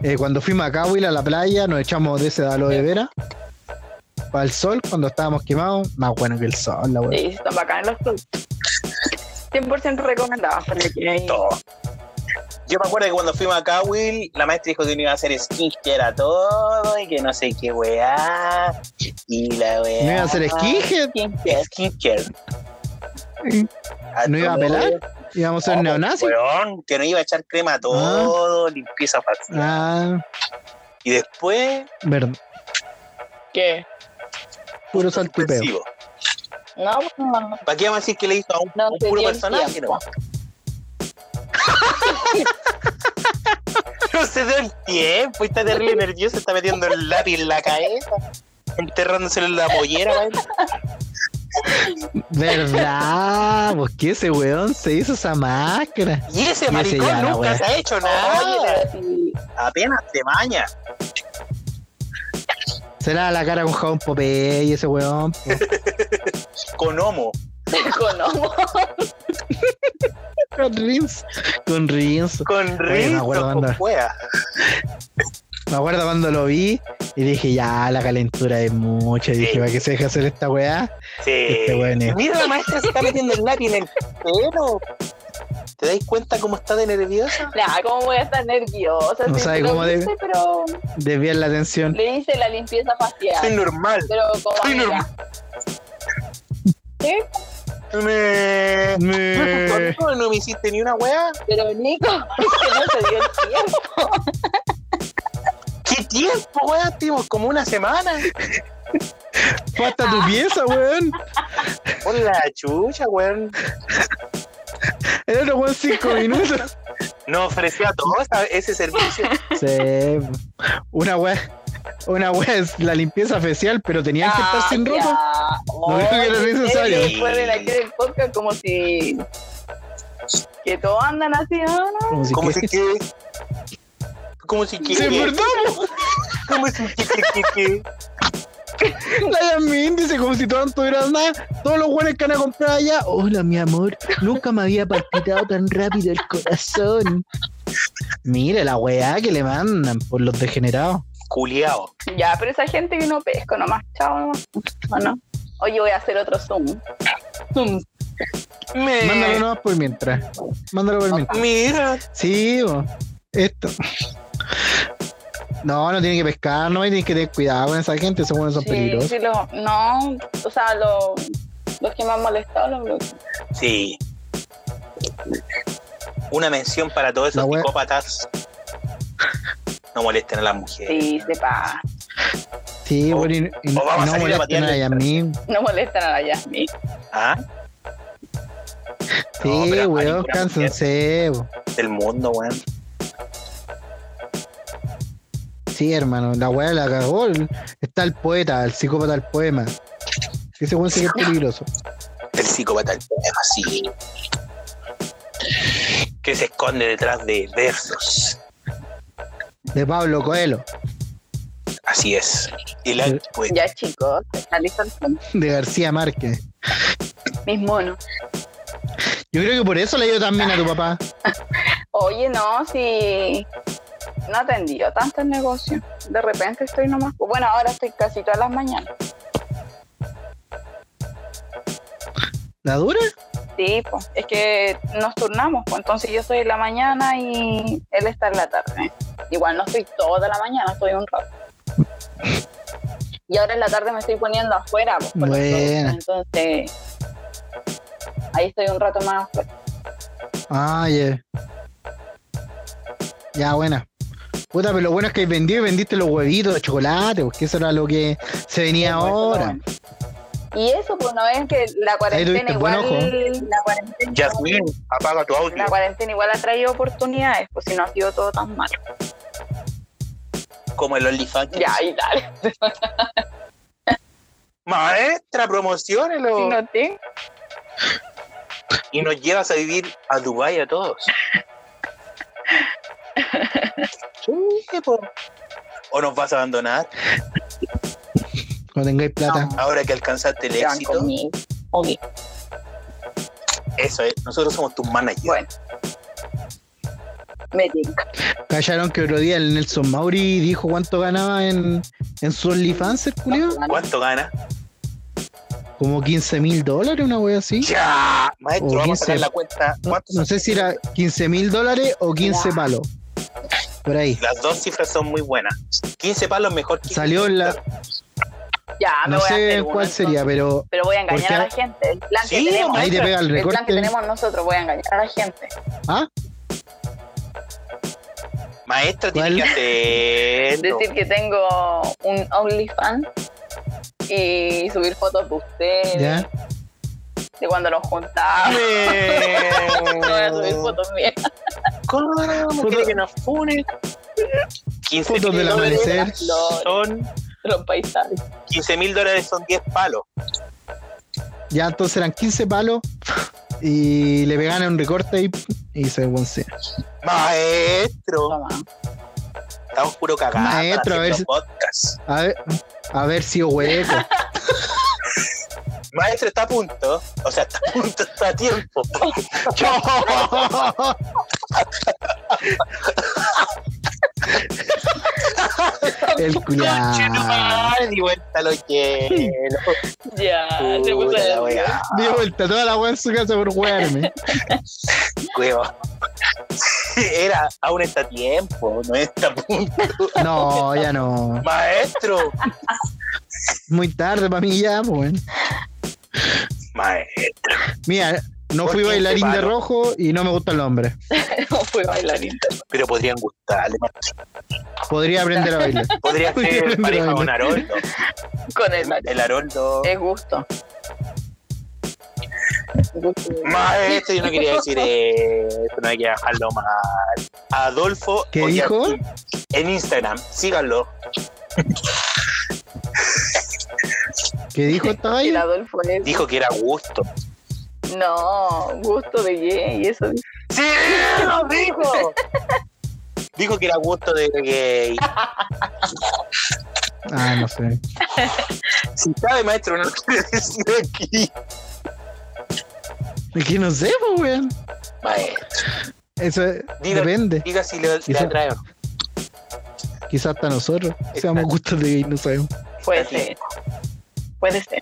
S1: eh, cuando fuimos a Cahuila, a la playa, nos echamos de ese de aloe vera. Para el sol, cuando estábamos quemados, más bueno que el sol, la wea.
S2: Sí, están bacanas los productos. 100% recomendados para que hay-
S3: Todo. Yo me acuerdo que cuando fuimos acá, Will, la maestra dijo que no iba a hacer skin, que era todo, y que no sé qué weá. Y la weá.
S1: ¿No iba a hacer skinhead?
S2: ¿Quién quiere?
S3: Skincare. Ah,
S1: ¿No iba a pelar? ¿Íbamos a ser neonazis?
S3: Weón, que no iba a echar crema a todo, limpieza facial.
S1: Ah,
S3: Y después,
S1: verdad.
S2: ¿Qué?
S1: Puro salpipeo.
S3: ofensivo.
S2: No, pues, no, no.
S3: ¿Para qué vamos a decir que le hizo a un,
S2: No
S3: un
S2: te
S3: puro
S2: di el
S3: personaje?
S2: tiempo.
S3: No? no se dio el tiempo, está terrible nervioso, está metiendo el lápiz en la cabeza, enterrándoselo en la pollera. weón.
S1: ¿Verdad? ¿Por qué ese weón se hizo esa máscara?
S3: Y ese
S1: ese
S3: maricón
S1: ya, la
S3: nunca
S1: wea.
S3: se ha hecho
S2: Oye,
S3: nada.
S2: pero si-
S3: Apenas se baña.
S1: Se lava la cara con jabón Popeye ese weón. po.
S3: Con homo.
S2: te conozco.
S1: Con Rins. Con Rins.
S3: Con
S1: Oye, me
S3: rito,
S1: acuerdo cuando-
S3: con wea.
S1: Me acuerdo cuando lo vi y dije, ya, la calentura es mucha. Y dije,
S3: Sí.
S1: ¿para qué se deja hacer esta weá?
S3: Sí.
S1: Este weón es-
S3: Mira, la maestra se está metiendo el lápiz en el pelo. ¿Te dais cuenta cómo está de nerviosa?
S2: Nah, ¿cómo voy a estar nerviosa?
S1: No
S2: Sí,
S1: sabe
S2: lo
S1: cómo
S2: hice,
S1: debe.
S2: Pero
S1: Desviar la atención.
S2: le hice la limpieza
S3: Soy
S2: facial.
S3: normal.
S2: Pero como
S3: Soy
S2: amiga.
S3: normal.
S2: ¿Sí?
S3: Me... eh.
S1: Me-
S3: No, no me hiciste ni una weá.
S2: Pero Nico, que no se dio el tiempo.
S3: ¿Qué tiempo, weá? Tuvimos como una semana.
S1: Fue hasta tu pieza, weón.
S3: Con la chucha, weón.
S1: El otro weón cinco minutos.
S3: No ofrecía todo esa- ese servicio.
S1: Sí. Una weá. Una weá es la limpieza facial, pero tenían que estar sin
S2: Ah,
S1: ropa.
S2: ya.
S1: Lo único que era
S2: Oye,
S1: necesario.
S2: ustedes Ponen aquí en el podcast como si. Que todos andan así, ¿no?
S1: Como si
S3: Como
S1: que-
S3: si que. Como si que.
S1: ¡Se
S3: que-
S1: portó, po.
S3: Como si que. que- que- que-
S1: La Yasmin dice como si todo no tuviera nada. Todos los buenos que van a comprar allá. Hola, mi amor. Nunca me había palpitado tan rápido el corazón. Mire la weá que le mandan por los degenerados.
S3: Culeado.
S2: Ya, pero esa gente vino pesco nomás. Chao nomás. ¿O no? Oye, voy a hacer otro Zoom. Zoom.
S3: Me-
S1: Mándalo nomás por mientras. Mándalo por mientras.
S3: Mira.
S1: Sí, bo. esto. No, no tienen que pescar, no tienen que tener cuidado con esa gente, esos buenos son
S2: Sí,
S1: peligrosos.
S2: sí, lo- no, o sea, lo- los que me han molestado los bloqueé.
S3: Sí. Una mención para todos
S1: La
S3: esos
S1: wea-
S3: psicópatas. No molesten a las mujeres.
S2: Sí, sepa.
S1: Sí,
S3: O-
S1: bueno, y, y-
S3: o vamos a
S1: no
S3: salir
S1: molesten
S3: a
S1: a
S3: patearle.
S1: Yasmin.
S2: No molestan a la Yasmin.
S3: ¿Ah?
S1: Sí,
S3: No, pero a
S1: weón,
S3: ninguna
S1: cánsense. bo.
S3: Del mundo, weón.
S1: Sí, hermano, la weá la cagó. el- Está el poeta, el psicópata del poema. Ese weón sí que es peligroso.
S3: El psicópata del poema, sí. Que se esconde detrás de versos.
S1: De Pablo Coelho,
S3: Así es. Y la, pues,
S2: Ya, chicos, está listo el Zoom.
S1: de García Márquez.
S2: Mis monos.
S1: Yo creo que por eso le dio también a tu papá.
S2: Oye, no, si no atendió tanto el negocio. De repente estoy nomás. Bueno, ahora estoy casi todas las mañanas.
S1: ¿La dura?
S2: Sí, pues, es que nos turnamos, pues, entonces yo estoy en la mañana y él está en la tarde. Igual no estoy toda la mañana, estoy un rato. Y ahora en la tarde me estoy poniendo afuera, pues, por la
S1: Buena.
S2: producción, entonces ahí estoy un rato más afuera.
S1: Ah, yeah. Ya, buena. Puta, pero lo bueno es que vendí y vendiste los huevitos de chocolate, porque eso era lo que se venía
S2: Eso es lo
S1: ahora.
S2: bueno. Y eso, pues, no es que la cuarentena
S1: tuviste buen
S2: igual,
S1: ojo.
S2: la cuarentena
S3: Yasmín, apaga tu audio.
S2: la cuarentena igual ha traído oportunidades, pues si no ha sido todo tan malo.
S3: Como el OnlyFans.
S2: Ya, y dale.
S3: Maestra,
S1: Oh.
S3: promocionelo.
S2: Si no te-
S3: Y nos llevas a vivir a Dubái a todos. Sí, po. o nos vas a abandonar
S1: Cuando tengáis plata.
S2: No.
S3: ahora que alcanzaste el
S2: te van
S3: éxito.
S2: conmigo. Ok,
S3: Eso es, nosotros somos tus managers.
S2: bueno. Me tinca.
S1: Callaron que otro día el Nelson Mauri dijo cuánto ganaba en, en su OnlyFans, el culiao.
S3: ¿Cuánto gana?
S1: Como 15 mil dólares, una wea así.
S3: Ya, maestro,
S1: O
S3: vamos a sacar
S1: 15.
S3: la cuenta.
S1: No,
S3: ¿Cuántos
S1: no
S3: son?
S1: sé si era 15 mil dólares o 15
S2: Ya.
S1: palos. Por ahí.
S3: Las dos cifras son muy buenas. 15 palos mejor que
S1: Salió en la.
S2: Ya, me
S1: No
S2: voy a hacer
S1: sé
S2: uno,
S1: cuál sería,
S2: entonces.
S1: pero
S2: Pero voy a engañar
S1: Porque-
S2: a la gente. El plan
S3: Sí,
S2: que tenemos.
S1: ahí te pega el
S2: el plan que
S1: recorte.
S2: tenemos nosotros, voy a engañar a la gente.
S1: ¿Ah?
S3: maestra
S1: ¿Cuál?
S3: tiene que hacerlo.
S2: Decir que tengo un OnlyFans y subir fotos de ustedes,
S1: Ya.
S2: de cuando nos juntamos. No voy a subir fotos mías.
S3: ¿Cómo?
S1: Foto-
S3: ¿Quiere que nos funen? 15
S1: Fotos del
S3: dólares
S1: amanecer.
S3: son
S2: Los paisajes.
S3: 15 mil dólares son 10 palos.
S1: Ya entonces eran 15 palos. Y le pegaron un recorte y, y se bonce.
S3: Maestro,
S2: Toma.
S3: estamos puro cagados.
S1: Maestro, a ver si-
S3: podcast.
S1: A ver, a ver si hueco.
S3: Maestro está a punto. O sea, está a punto, está a tiempo.
S1: el culiao.
S3: Conchetumare, Di vuelta a los hielos.
S2: Ya, Ah, se puso
S3: Puta
S2: la
S3: la weá,
S1: Dio vuelta toda la weá en su casa por jugarme.
S3: cueva. Era, aún está a tiempo, no está a punto.
S1: No, ya no.
S3: Maestro,
S1: Muy tarde para mí ya, pues.
S3: maestro.
S1: Mira, no
S3: Por
S1: fui
S3: 15
S1: bailarín de
S3: palos.
S1: rojo y no me gusta el hombre.
S2: No fue bailarín.
S3: Pero podrían gustarle, maestro.
S1: Podría aprender a bailar.
S3: Podría ser
S1: Podrían
S3: pareja con
S1: bailar.
S3: Haroldo.
S2: Con el marido.
S3: El Haroldo.
S2: Es gusto. Gusto.
S3: Maestro, yo no quería decir eso, no hay que bajarlo mal. Adolfo
S1: ¿Qué dijo?
S3: en Instagram, síganlo.
S1: ¿Qué dijo esta
S2: El
S1: vaina?
S2: Adolfo es.
S3: Dijo que era gusto.
S2: No, gusto de gay. Eso dice.
S3: ¡Sí! ¡Lo dijo! Dijo que era gusto de gay.
S1: Ah, no sé.
S3: Si sabe, maestro, no lo quiere decir aquí.
S1: Es que no sé, pues, weón.
S3: Maestro.
S1: Eso es-
S3: Diga,
S1: depende.
S3: diga si le, le
S1: Quizá-
S3: atrae o no.
S1: Quizás hasta nosotros seamos gustos de gay, no sabemos.
S2: Puede
S3: Así.
S2: ser. Puede ser.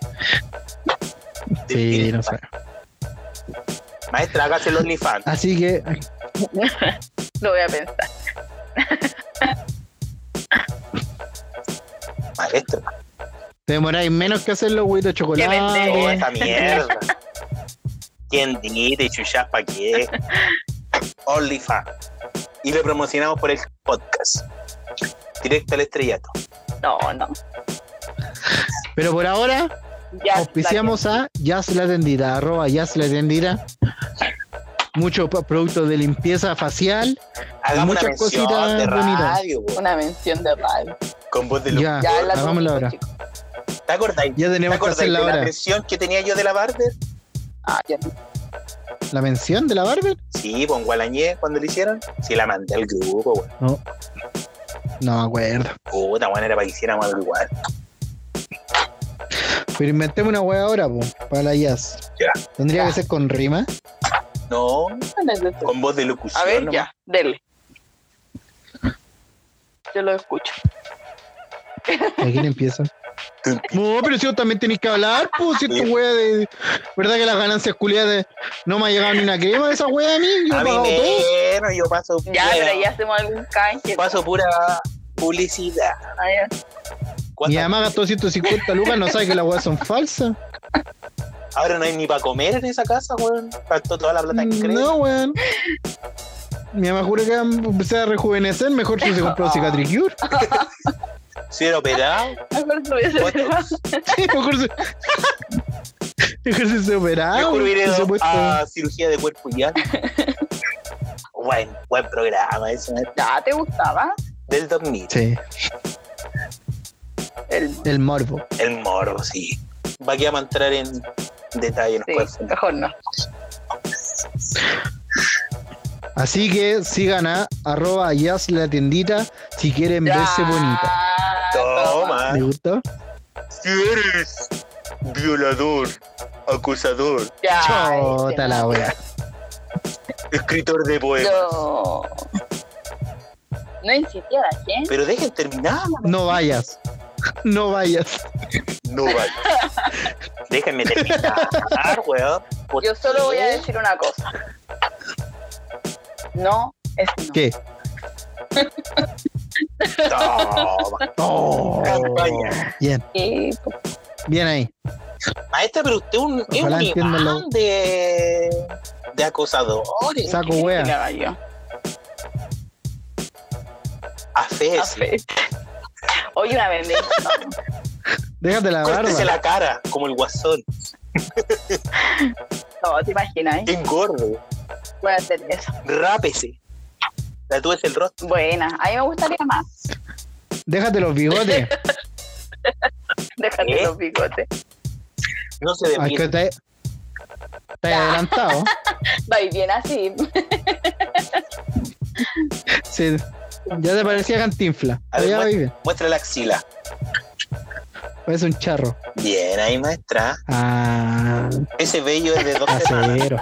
S1: Sí, no sabemos.
S3: Maestra, hágase los OnlyFans.
S1: Así que,
S2: Lo voy a pensar.
S3: Maestro,
S1: te demoráis menos que hacer los huevitos de
S2: pendejo,
S1: chocolate.
S2: eh.
S3: esa mierda. ¿Quién dice, chucha, pa' qué? OnlyFans. Y lo promocionamos por el podcast. Directo al estrellato.
S2: No, no.
S1: Pero por ahora,
S2: Ya.
S1: auspiciamos a Jazz La Tendida, arroba Jazz La Tendida. Muchos pa- productos de limpieza facial.
S3: Hagamos una
S1: Muchas
S3: mención
S1: cositas
S3: de
S1: bonitas.
S3: radio, po,
S2: Una mención de radio.
S3: con voz de locutor.
S1: Ya,
S2: Ya la
S1: Ah, hagámoslo ahora.
S2: chicos.
S3: ¿Te acordáis?
S1: Ya
S3: ¿Te
S1: tenemos que
S3: acordáis de
S1: hacerla
S3: la
S1: ahora.
S3: mención que tenía yo de la Barber?
S2: Ah, ya.
S1: ¿La mención de la Barber?
S3: Sí, con Gualañé cuando lo hicieron. Sí, la mandé al grupo, weón.
S1: No me acuerdo.
S3: Puta, weón, era para que hiciéramos algo igual.
S1: Pero inventemos una hueá ahora, po, para la Jazz.
S3: Ya.
S1: Tendría
S2: Ya.
S1: que ser con rima.
S3: No,
S2: Ah, A
S3: con voz de locución.
S2: ver,
S3: nomás.
S2: ya. Dele. Yo lo escucho.
S1: ¿Y quién empieza? No, pero si vos también tenés que hablar, pues, si tu wea de. ¿Verdad que las ganancias culiadas de. No me ha llegado ni una crema de esa wea a mí? Yo he
S3: A mí
S1: pagado todo.
S3: menos, yo paso
S2: Ya,
S3: pura,
S2: pero ya hacemos algún canje.
S3: paso pura publicidad.
S2: Ah, ya.
S1: Mi
S3: ¿Cuántas-
S1: mamá gastó 150 lucas, no sabe que las weas son falsas.
S3: Ahora no hay ni para comer en esa casa, weón. Gastó toda la plata en crédito.
S1: No, weón. Mi mamá jura que va a empezar a rejuvenecer, mejor si se
S3: Ah.
S1: compró Cicatricure.
S3: Si era operado,
S2: Ay, pero te voy a hacer-
S3: Botox.
S1: Sí, mejor se. Mejor si se operaba.
S3: mejor Ah. hubiera
S1: Ah, por
S3: ido
S1: supuesto.
S3: a cirugía de cuerpo y ya. buen, buen programa ese, ¿eh?
S2: Ya, ¿te gustaba?
S3: del 2000.
S1: Sí,
S2: El...
S1: el morbo.
S3: El morbo, sí. Va que vamos a entrar en detalle en los
S2: Sí,
S3: cuerpos.
S2: mejor no.
S1: Así que sigan a arroba jazz la tiendita si quieren
S2: Ya.
S1: verse bonita.
S2: Ah,
S3: Toma.
S1: ¿Me gustó?
S3: Si eres violador, acusador,
S2: Ya.
S1: Chota
S2: este
S1: la
S2: no.
S1: wea.
S3: escritor de poemas.
S2: No. No insistía la gente.
S3: Pero dejen terminar.
S1: No vayas. No vayas.
S3: No vale. Déjenme terminar, weón. ¿Por
S1: Pues,
S2: Yo solo voy a
S3: qué?
S2: decir una cosa. No es no.
S1: ¿Qué?
S3: Toma.
S1: Oh,
S3: Campaña.
S1: bien,
S2: Y, pues,
S1: bien ahí.
S3: Maestra, pero usted un, es
S1: Ojalá
S3: un
S1: entienda
S3: imán
S1: la-
S3: de, de acosadores.
S1: Saco wea.
S2: caballo.
S3: A fe.
S2: A fe. Hoy una bendición.
S1: Déjate la
S3: Córtese
S1: barba.
S3: la cara, como el guasón.
S2: No, te imaginas, eh?
S3: Engorde.
S2: Voy a hacer eso.
S3: Rápese. Tatúese el rostro.
S2: Buena. A mí me gustaría más.
S1: Déjate los bigotes.
S2: Déjate
S3: ¿Eh?
S2: los bigotes.
S3: No se
S1: Ay, Ah, que
S3: depile.
S1: te, te he adelantado.
S2: Va y bien así.
S1: Sí. Ya te parecía cantinfla.
S3: A ver,
S1: Ya
S3: muestra-
S1: voy bien.
S3: Muestra la axila.
S1: Parece un charro.
S3: Bien, ahí, maestra.
S1: Ah,
S3: Ese vello es de dos semanas.
S1: casero.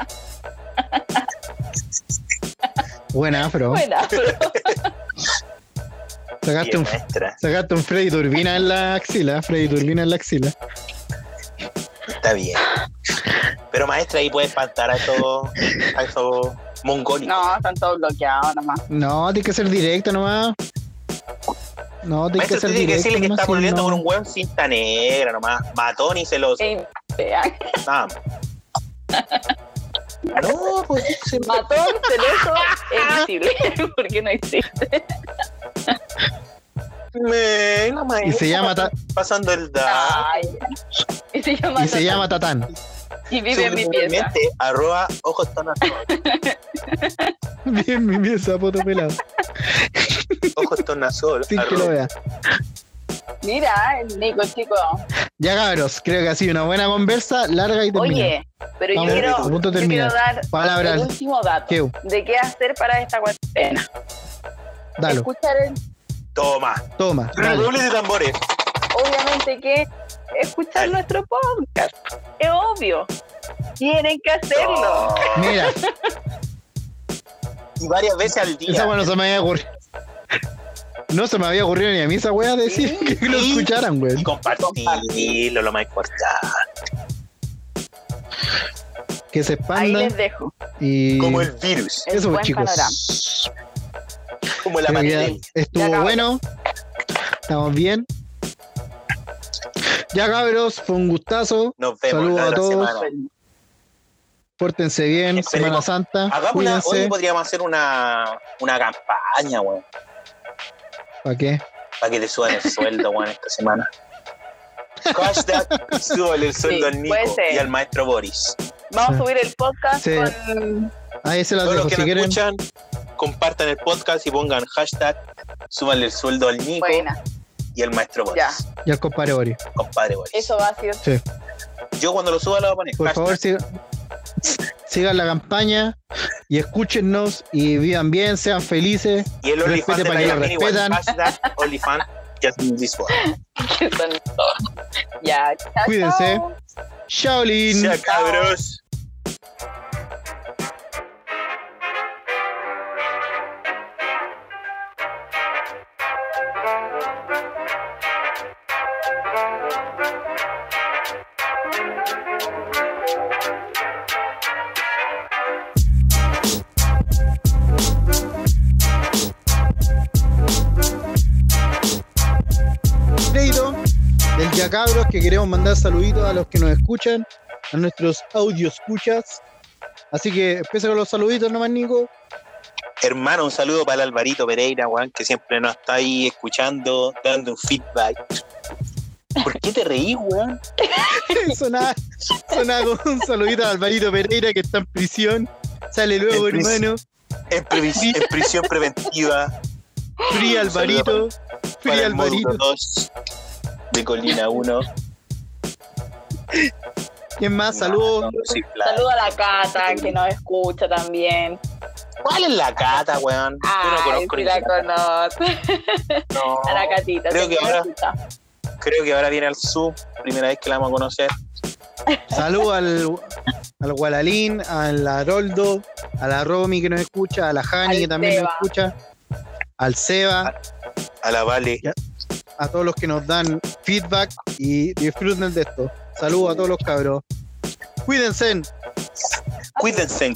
S1: Buen afro.
S2: Buena.
S1: Sacaste
S3: Bien,
S1: un,
S3: maestra.
S1: sacaste un Freddy Turbina en la axila. Freddy Turbina en la axila.
S3: Está bien. Pero maestra, ahí puede espantar a esos, a esos mongólicos.
S2: No, están todos bloqueados nomás.
S1: No, tiene que ser directo nomás. No, tiene que
S3: Maestro,
S1: ser
S3: usted tiene que
S1: directo.
S3: decirle que
S1: nomás,
S3: está
S1: si
S3: volviendo
S1: no-
S3: con un hueón cinta negra nomás. Matón y celoso.
S2: Y vean.
S3: Nada más. No, pues se ma-
S2: Matón, celoso, es visible. Porque no existe.
S3: me- la maestra
S1: Y se llama, ta-
S3: pasando el da.
S2: Ay. Y se llama.
S1: Ah. y se llama Tatán.
S2: Y vive en mi pieza.
S3: Subliminalmente, arroba ojos tan azules.
S1: Bien, mi pieza, poto pelado.
S3: Ojos tan azules.
S1: Sin que lo
S3: arroba-
S1: vea.
S2: Mira, el Nico, chico.
S1: Ya cabros, creo que ha sido una buena conversa, larga y terminada.
S2: Oye, pero yo
S1: Vamos,
S2: quiero,
S1: a punto de
S2: yo quiero
S1: terminar.
S2: dar
S1: Palabra
S2: el
S1: al-
S2: último dato
S1: Keu,
S2: de qué hacer para esta cuarentena.
S1: dalo,
S2: Escuchar el
S3: Toma.
S1: toma, dale.
S3: Redoble de tambores.
S2: obviamente que escuchar nuestro podcast. Es obvio. Tienen que hacerlo.
S1: Mira,
S3: Y varias veces al día.
S1: esa weá no se me había ocurrido. No se me había ocurrido ni a mí esa weá de decir que lo
S3: Sí.
S1: escucharan, weón.
S3: Y compartirlo, lo más importante.
S1: Que se
S2: Ahí
S1: expandan
S2: les dejo.
S1: y.
S3: Como el virus,
S2: el
S1: Eso, pues,
S2: buen
S1: chicos.
S2: panorama.
S3: como la
S1: Creo que ya
S3: pandemia.
S1: Estuvo
S2: Ya, cabros.
S1: bueno. Estamos bien. Ya, cabros, fue un gustazo.
S3: Nos vemos
S1: Saludos
S3: la
S1: a
S3: otra
S1: todos.
S3: semana.
S1: Pórtense bien.
S3: Esperemos.
S1: Semana Santa.
S3: Hagamos una, hoy pues.
S1: Cuídense.
S3: podríamos hacer una, una campaña, weón,
S1: ¿Para qué?
S3: para que le suban el sueldo, weón, esta semana. Hashtag, súbale el sueldo
S2: Sí,
S3: al Nico
S2: puede ser.
S3: y al maestro Boris.
S2: Vamos a subir el podcast
S1: Sí.
S2: con
S1: Ahí se las
S3: Todos los
S1: dejo.
S3: que
S1: Si
S3: nos
S1: quieren,
S3: escuchan, compartan el podcast y pongan hashtag, súbanle el sueldo al Nico
S2: buena.
S3: y al maestro Boris.
S2: Ya.
S1: ya el compadre Boris.
S3: Compadre Boris.
S2: Eso va a ser.
S3: Yo cuando lo suba lo voy a poner.
S1: Por
S3: hashtag.
S1: favor, sigan, sigan la campaña y escúchennos y vivan bien, sean felices.
S3: Y el OnlyFans
S1: Respete
S3: de
S1: para que
S3: la
S1: lo
S3: Yasmin igual.
S1: respetan.
S3: Hashtag OnlyFans Yasmin this one.
S2: que son todos. Ya. Chao, chao.
S1: Cuídense. Shaolin.
S3: Ya, cabros.
S1: crédito del Ya Cabros que queremos mandar saluditos a los que nos escuchan, a nuestros audio escuchas. Así que empieza con los saluditos nomás, Nico.
S3: Hermano, un saludo para el Alvarito Pereira, weón, que siempre nos está ahí escuchando, dando un feedback. ¿Por qué te reí, weón?
S1: Sonaba, sonaba como un saludito a Alvarito Pereira que está en prisión. Sale luego,
S3: En prisión.
S1: hermano.
S3: En, previs- en prisión preventiva.
S1: Free
S3: Un saludo
S1: Alvarito. Free
S3: para el módulo
S1: Alvarito.
S3: 2 de Colina 1.
S1: ¿Quién más? Saludos.
S2: Saludo a la Cata, que nos escucha también.
S3: ¿Cuál es la cata, weón? Yo no
S2: Ay,
S3: conozco
S2: sí
S3: ni
S2: la conozco.
S3: No.
S2: A la Catita.
S3: Creo
S2: sí,
S3: que
S2: nos
S3: ahora-
S2: escucha.
S3: Creo que ahora viene al sub, primera vez que la vamos a conocer.
S1: Saludos al, al Gualalín, al Haroldo, a la Romy que nos escucha, a la Jani
S2: Al
S1: que también
S2: Seba.
S1: nos escucha, al Seba.
S3: A la Vale.
S1: a todos los que nos dan feedback y disfruten de esto. Saludos a todos los cabros. Cuídense.
S3: Cuídense.